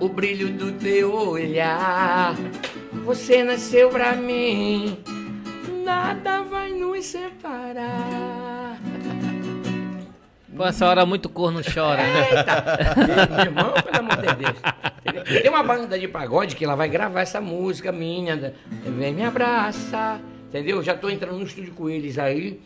Speaker 4: o brilho do teu olhar. Você nasceu pra mim, nada vai nos separar.
Speaker 3: Pô, essa hora muito corno chora, né?
Speaker 4: Eita! Meu irmão, pelo amor de Deus. Entendeu? Tem uma banda de pagode que ela vai gravar essa música né? minha. da- Vem me abraça. Entendeu? Eu já tô entrando no estúdio com eles aí.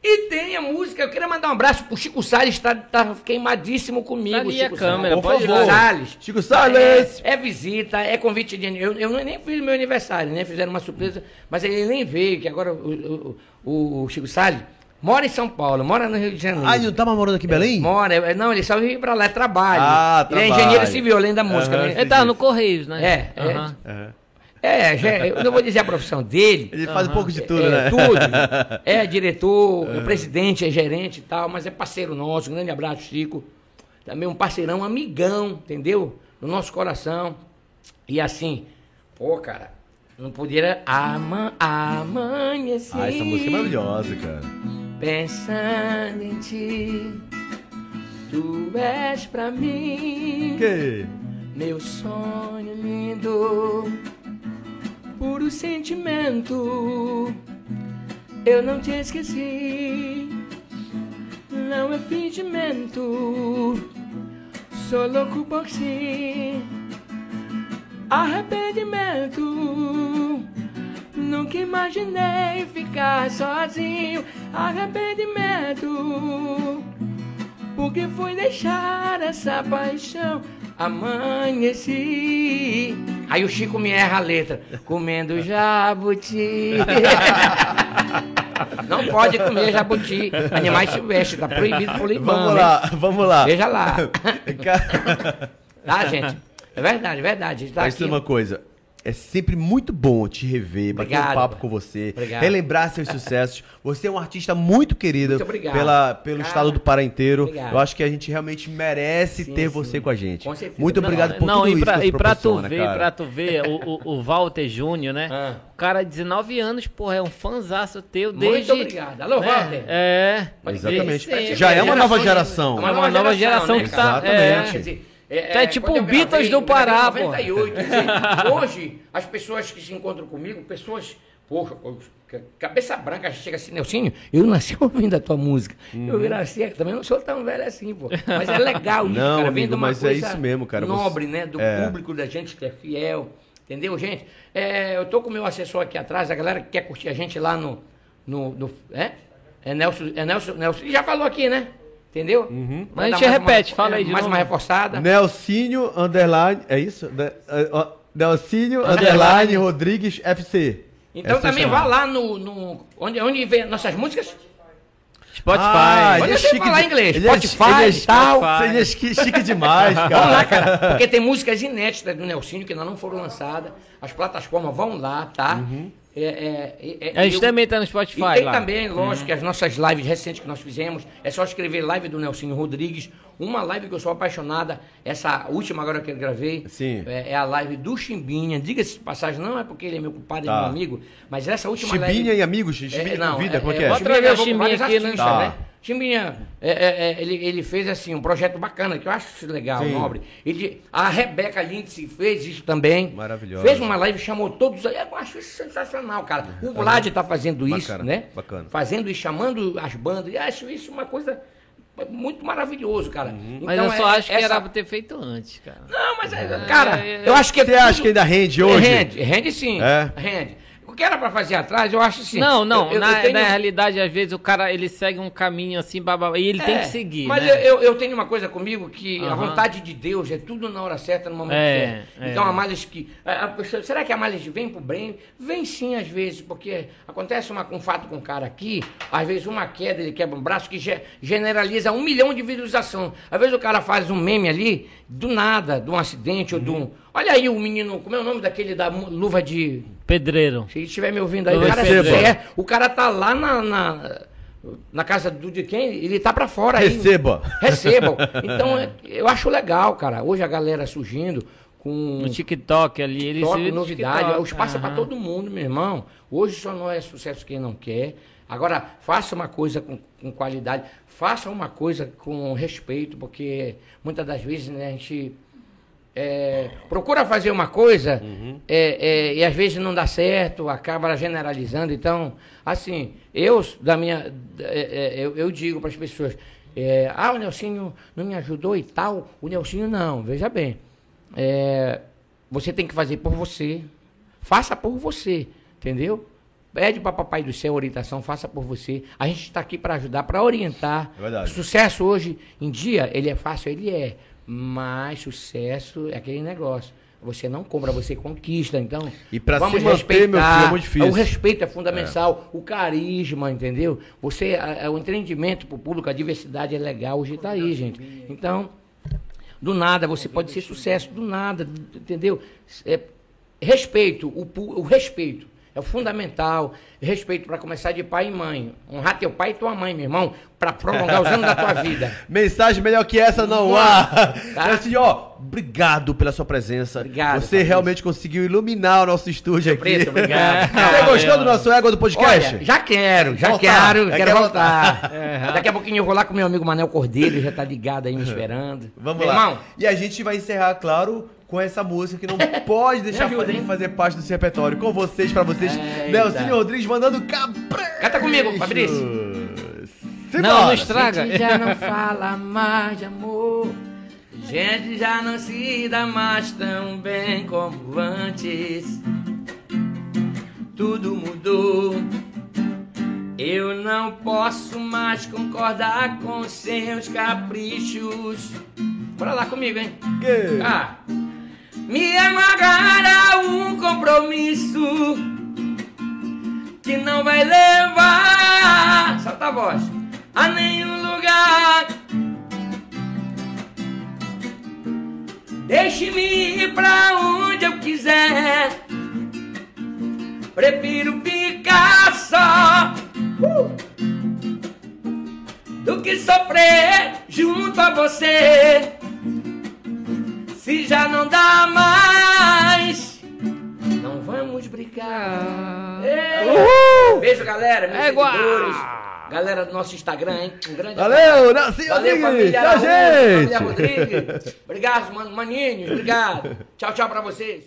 Speaker 4: E tem a música, eu queria mandar um abraço pro Chico Salles, tá, tá queimadíssimo comigo.
Speaker 3: Tá ali a
Speaker 4: Chico
Speaker 3: câmera,
Speaker 4: Salles.
Speaker 2: Por
Speaker 3: pode ir
Speaker 2: favor.
Speaker 3: lá.
Speaker 4: Salles.
Speaker 2: Chico Salles!
Speaker 4: É, é visita, é convite de. Eu, eu nem fiz meu aniversário, né? Fizeram uma surpresa, mas ele nem veio, que agora o, o- o- o Chico Salles mora em São Paulo, mora no Rio de Janeiro.
Speaker 2: Ah, ele não tá mais morando aqui em Belém?
Speaker 4: Mora, é- não, ele só veio pra lá, é trabalho.
Speaker 2: Ah,
Speaker 4: ele é
Speaker 2: trabalho.
Speaker 4: engenheiro civil, além da música,
Speaker 2: Aham.
Speaker 4: né?
Speaker 3: Ele tava no Correios, né?
Speaker 4: É, é.
Speaker 3: Aham.
Speaker 2: Aham.
Speaker 4: É, já- eu não vou dizer a profissão dele.
Speaker 2: Ele faz um pouco de tudo,
Speaker 4: é,
Speaker 2: né?
Speaker 4: tudo. É diretor, é presidente, é gerente e tal, mas é parceiro nosso. Um grande abraço, Chico. Também um parceirão, um amigão, entendeu? No nosso coração. E assim, pô, cara, não podia ama, amanhecer.
Speaker 2: Ah, essa música é maravilhosa, cara.
Speaker 4: Pensando em ti, tu és pra mim.
Speaker 2: Que?
Speaker 4: Meu sonho lindo, puro sentimento, eu não te esqueci. Não é fingimento, sou louco por si. Arrependimento, nunca imaginei ficar sozinho. Arrependimento. Porque foi deixar essa paixão amanheci. Aí o Chico me erra a letra. Comendo jabuti. Não pode comer jabuti. Animais silvestres, tá proibido por Libano.
Speaker 2: Vamos lá, vamos lá.
Speaker 4: Veja lá.
Speaker 2: Cara,
Speaker 4: Tá, gente? É verdade, é verdade. A gente tá
Speaker 2: Mas
Speaker 4: aqui.
Speaker 2: tem uma coisa. É sempre muito bom te rever, bater um
Speaker 4: Obrigado.
Speaker 2: papo com você,
Speaker 4: Obrigado.
Speaker 2: relembrar seus sucessos. Você é um artista muito querido
Speaker 4: Muito obrigado.
Speaker 2: pela, pelo
Speaker 4: Cara,
Speaker 2: estado do Pará inteiro.
Speaker 4: obrigado.
Speaker 2: Eu acho que a gente realmente merece
Speaker 4: Sim,
Speaker 2: ter
Speaker 4: sim.
Speaker 2: você com a gente.
Speaker 4: Com certeza.
Speaker 2: Muito
Speaker 4: Não,
Speaker 2: obrigado por
Speaker 3: não,
Speaker 2: tudo
Speaker 3: e
Speaker 2: isso
Speaker 3: pra,
Speaker 2: que
Speaker 3: e
Speaker 2: você
Speaker 3: pra tu
Speaker 2: proporciona,
Speaker 3: ver,
Speaker 2: cara.
Speaker 3: pra tu ver, o, o, o Walter Júnior, né?
Speaker 4: Ah.
Speaker 3: O cara, 19 anos, porra, é um fanzaço teu
Speaker 4: Muito
Speaker 3: desde...
Speaker 4: obrigado. Alô,
Speaker 3: né?
Speaker 4: Walter.
Speaker 3: É.
Speaker 4: Pode crer.
Speaker 2: Exatamente.
Speaker 3: Sim,
Speaker 2: Já
Speaker 3: é
Speaker 2: é uma nova
Speaker 4: É
Speaker 2: geração.
Speaker 3: É uma nova geração
Speaker 4: né,
Speaker 3: que
Speaker 4: cara?
Speaker 2: tá- é.
Speaker 4: Quer dizer,
Speaker 3: Tu é tipo
Speaker 4: quando eu
Speaker 3: o Beatles
Speaker 4: gravei,
Speaker 3: do
Speaker 4: eu gravei em
Speaker 3: Pará, pô.
Speaker 4: 98, quer dizer, hoje, as pessoas que se encontram comigo, pessoas, poxa, pô, ca- cabeça branca, chega assim, Nelsinho, eu nasci ouvindo a tua música. Eu
Speaker 3: Uhum.
Speaker 4: nasci, também não sou tão velho assim, pô. Mas é legal isso,
Speaker 2: Não,
Speaker 4: cara,
Speaker 2: amigo,
Speaker 4: vem de uma
Speaker 2: mas é
Speaker 4: coisa
Speaker 2: isso mesmo, cara, você-
Speaker 4: nobre, né, do
Speaker 2: É.
Speaker 4: público da gente que é fiel, entendeu, gente? É, eu tô com o meu assessor aqui atrás, a galera que quer curtir a gente lá no... no, no é? É Nelson, é Nelson, Nelson, ele já falou aqui, né? Entendeu? Vou
Speaker 2: Uhum.
Speaker 3: Mas
Speaker 4: dar
Speaker 3: a gente
Speaker 4: mais uma- é,
Speaker 3: repete, fala aí de
Speaker 4: Mais
Speaker 3: novo.
Speaker 4: uma reforçada.
Speaker 2: Nelsinho underline. É isso? Ne- eh, ó, Nelsinho underline Rodrigues FC.
Speaker 4: Então
Speaker 2: Essa é
Speaker 4: também
Speaker 2: chama.
Speaker 4: vá lá no. no- onde, onde vê nossas músicas?
Speaker 3: Spotify.
Speaker 2: Ah, ele
Speaker 4: Olha
Speaker 2: é
Speaker 4: você
Speaker 2: chique
Speaker 4: falar
Speaker 2: de-
Speaker 4: inglês,
Speaker 2: ele é-
Speaker 4: Spotify
Speaker 2: ele é
Speaker 4: e tal.
Speaker 2: chique- Ele é chique, chique demais, cara.
Speaker 4: Vamos lá, cara. Porque tem músicas inéditas do Nelsinho que ainda não foram lançadas. As plataformas vão lá, tá?
Speaker 2: Uhum.
Speaker 4: É, é, é, é,
Speaker 3: a gente
Speaker 4: eu-
Speaker 3: também tá no
Speaker 4: E
Speaker 3: Spotify
Speaker 4: tem
Speaker 3: lá.
Speaker 4: também, lógico, que as nossas lives recentes que nós fizemos, é só escrever live do Nelsinho Rodrigues, uma live que eu sou apaixonada, essa última agora que eu gravei,
Speaker 2: Sim.
Speaker 4: É, é a live do Chimbinha, diga-se de passagem, não é porque ele é meu compadre,
Speaker 2: Tá.
Speaker 4: meu amigo, mas essa última live...
Speaker 2: Chibinha e amigos? Chibinha
Speaker 4: né, É,
Speaker 2: com
Speaker 4: não,
Speaker 2: vida?
Speaker 4: é,
Speaker 2: Como é que é?
Speaker 4: é, o
Speaker 3: Bota
Speaker 4: Chimbinha
Speaker 3: pra ver o
Speaker 4: gravou com
Speaker 3: Chimbinha
Speaker 4: vários
Speaker 3: aqui, né?
Speaker 4: artistas,
Speaker 2: Tá.
Speaker 4: né? Chimbinha, é, é, é, ele, ele fez assim, um projeto bacana, que eu acho legal,
Speaker 2: Sim.
Speaker 4: nobre. Ele, a Rebeca Lindsay fez isso também.
Speaker 2: Maravilhosa.
Speaker 4: Fez uma live, chamou todos. Eu acho isso sensacional, cara. O Vlad tá fazendo isso,
Speaker 2: Uhum. Bacana,
Speaker 4: né?
Speaker 2: bacana.
Speaker 4: Fazendo e chamando as bandas. Eu acho isso uma coisa muito maravilhoso, cara.
Speaker 2: Uhum.
Speaker 3: Mas
Speaker 4: Então,
Speaker 3: eu só
Speaker 4: é-
Speaker 3: acho que
Speaker 4: essa-
Speaker 3: era pra ter feito antes, cara.
Speaker 4: Não, mas, é, cara,
Speaker 3: é, é.
Speaker 4: eu acho que... é
Speaker 2: Você acha
Speaker 4: tudo-
Speaker 2: que ainda rende hoje?
Speaker 4: Rende, rende sim.
Speaker 2: É?
Speaker 4: Rende. O que era pra fazer atrás, eu acho sim.
Speaker 3: Não, não.
Speaker 4: Eu- eu-
Speaker 3: na,
Speaker 4: eu tenho-
Speaker 3: na realidade, às vezes o cara ele segue um caminho assim, babá, e ele tem
Speaker 4: É,
Speaker 3: que seguir.
Speaker 4: Mas
Speaker 3: né?
Speaker 4: eu, eu- eu tenho uma coisa comigo que a
Speaker 3: Aham.
Speaker 4: vontade de Deus é tudo na hora certa, no momento
Speaker 3: É,
Speaker 4: certo.
Speaker 3: é.
Speaker 4: Então a Males que. a- a pessoa- será que a Males vem pro bem? Vem sim, às vezes, porque acontece uma- um fato com um cara aqui, às vezes uma queda, ele quebra um braço que ge- generaliza um milhão de visualização. Às vezes o cara faz um meme ali, do nada, de um acidente ou de
Speaker 3: Uhum.
Speaker 4: um. Olha aí o menino, como é o nome daquele da mu- luva de.
Speaker 3: Pedreiro.
Speaker 4: Se ele estiver me ouvindo aí,
Speaker 3: Eu
Speaker 4: o cara,
Speaker 3: recebo.
Speaker 4: é, o cara tá lá na, na, na casa do de quem? Ele tá pra fora aí.
Speaker 2: Receba.
Speaker 4: Recebam. Então, é- eu acho legal, cara. Hoje a galera surgindo com
Speaker 3: No TikTok ali, ele
Speaker 4: toque,
Speaker 3: viu no
Speaker 4: novidade.
Speaker 3: TikTok.
Speaker 4: O espaço é pra
Speaker 3: Aham.
Speaker 4: todo mundo, meu irmão. Hoje só não é sucesso quem não quer. Agora, faça uma coisa com, com qualidade. Faça uma coisa com respeito, porque muitas das vezes né, a gente é, procura fazer uma coisa
Speaker 2: Uhum.
Speaker 4: é, é, e às vezes não dá certo, acaba generalizando. Então, assim, eu da minha, é, é, eu, eu digo para as pessoas, é, ah, o Nelsinho não me ajudou e tal. O Nelsinho não, veja bem. É, você tem que fazer por você. Faça por você, entendeu? Pede para Papai do Céu orientação, faça por você. A gente está aqui para ajudar, para orientar.
Speaker 2: É verdade.
Speaker 4: Sucesso hoje em dia, ele é fácil, ele é. Mas sucesso é aquele negócio. Você não compra, você conquista. Então,
Speaker 2: E pra se manter, meu filho, é muito difícil.
Speaker 4: O respeito é fundamental, o carisma, entendeu? Você, a- a- o entendimento pro público, a diversidade é legal, hoje tá aí, gente. Então, do nada, você pode ser sucesso, do nada, entendeu? É, respeito, o, pu- o respeito é o fundamental. Respeito para começar de pai e mãe. Honrar teu pai e tua mãe, meu irmão, para prolongar os anos da tua vida.
Speaker 2: Mensagem melhor que essa não
Speaker 4: Não.
Speaker 2: há.
Speaker 4: Tá?
Speaker 2: Assim, ó, obrigado pela sua presença.
Speaker 4: Obrigado,
Speaker 2: Você
Speaker 4: Fabrício.
Speaker 2: realmente conseguiu iluminar o nosso estúdio aqui.
Speaker 4: Preto, obrigado.
Speaker 2: Você gostou do nosso égua do podcast?
Speaker 4: Olha, já quero, já
Speaker 2: Voltar.
Speaker 4: quero,
Speaker 2: Já
Speaker 4: quero
Speaker 2: quer
Speaker 4: voltar.
Speaker 2: É.
Speaker 4: Daqui a pouquinho eu vou lá com meu amigo Manel Cordeiro, já tá ligado aí me esperando.
Speaker 2: Vamos
Speaker 4: Meu
Speaker 2: lá.
Speaker 4: Irmão,
Speaker 2: E a gente vai encerrar, claro, com essa música que não pode deixar
Speaker 4: Me ajuda,
Speaker 2: de
Speaker 4: hein?
Speaker 2: fazer parte desse repertório. Com vocês, pra vocês,
Speaker 4: Eita.
Speaker 2: Nelsinho Rodrigues mandando capricho.
Speaker 4: canta comigo, Fabrício.
Speaker 3: Não, não
Speaker 2: Simbora.
Speaker 3: estraga.
Speaker 4: né? Gente já não fala mais de amor. Gente já não se dá mais tão bem como antes. Tudo mudou. Eu não posso mais concordar com seus caprichos. Bora lá comigo, hein?
Speaker 2: Que-
Speaker 4: Ah. Me amarrar a um compromisso que não vai levar, solta a voz, a nenhum lugar. Deixe-me ir pra onde eu quiser. Prefiro ficar só uh, do que sofrer junto a você. Se já não dá mais, não vamos brigar. Ei! Beijo, galera, meus
Speaker 3: Égua!
Speaker 4: seguidores. Galera do nosso Instagram, hein? Um grande
Speaker 2: Valeu, Nelsinho Rodrigues.
Speaker 4: Valeu, família
Speaker 2: Tchau,
Speaker 4: Araújo, família
Speaker 2: gente.
Speaker 4: Rodrigues. Obrigado, man- maninhos. Obrigado. Tchau, tchau pra vocês.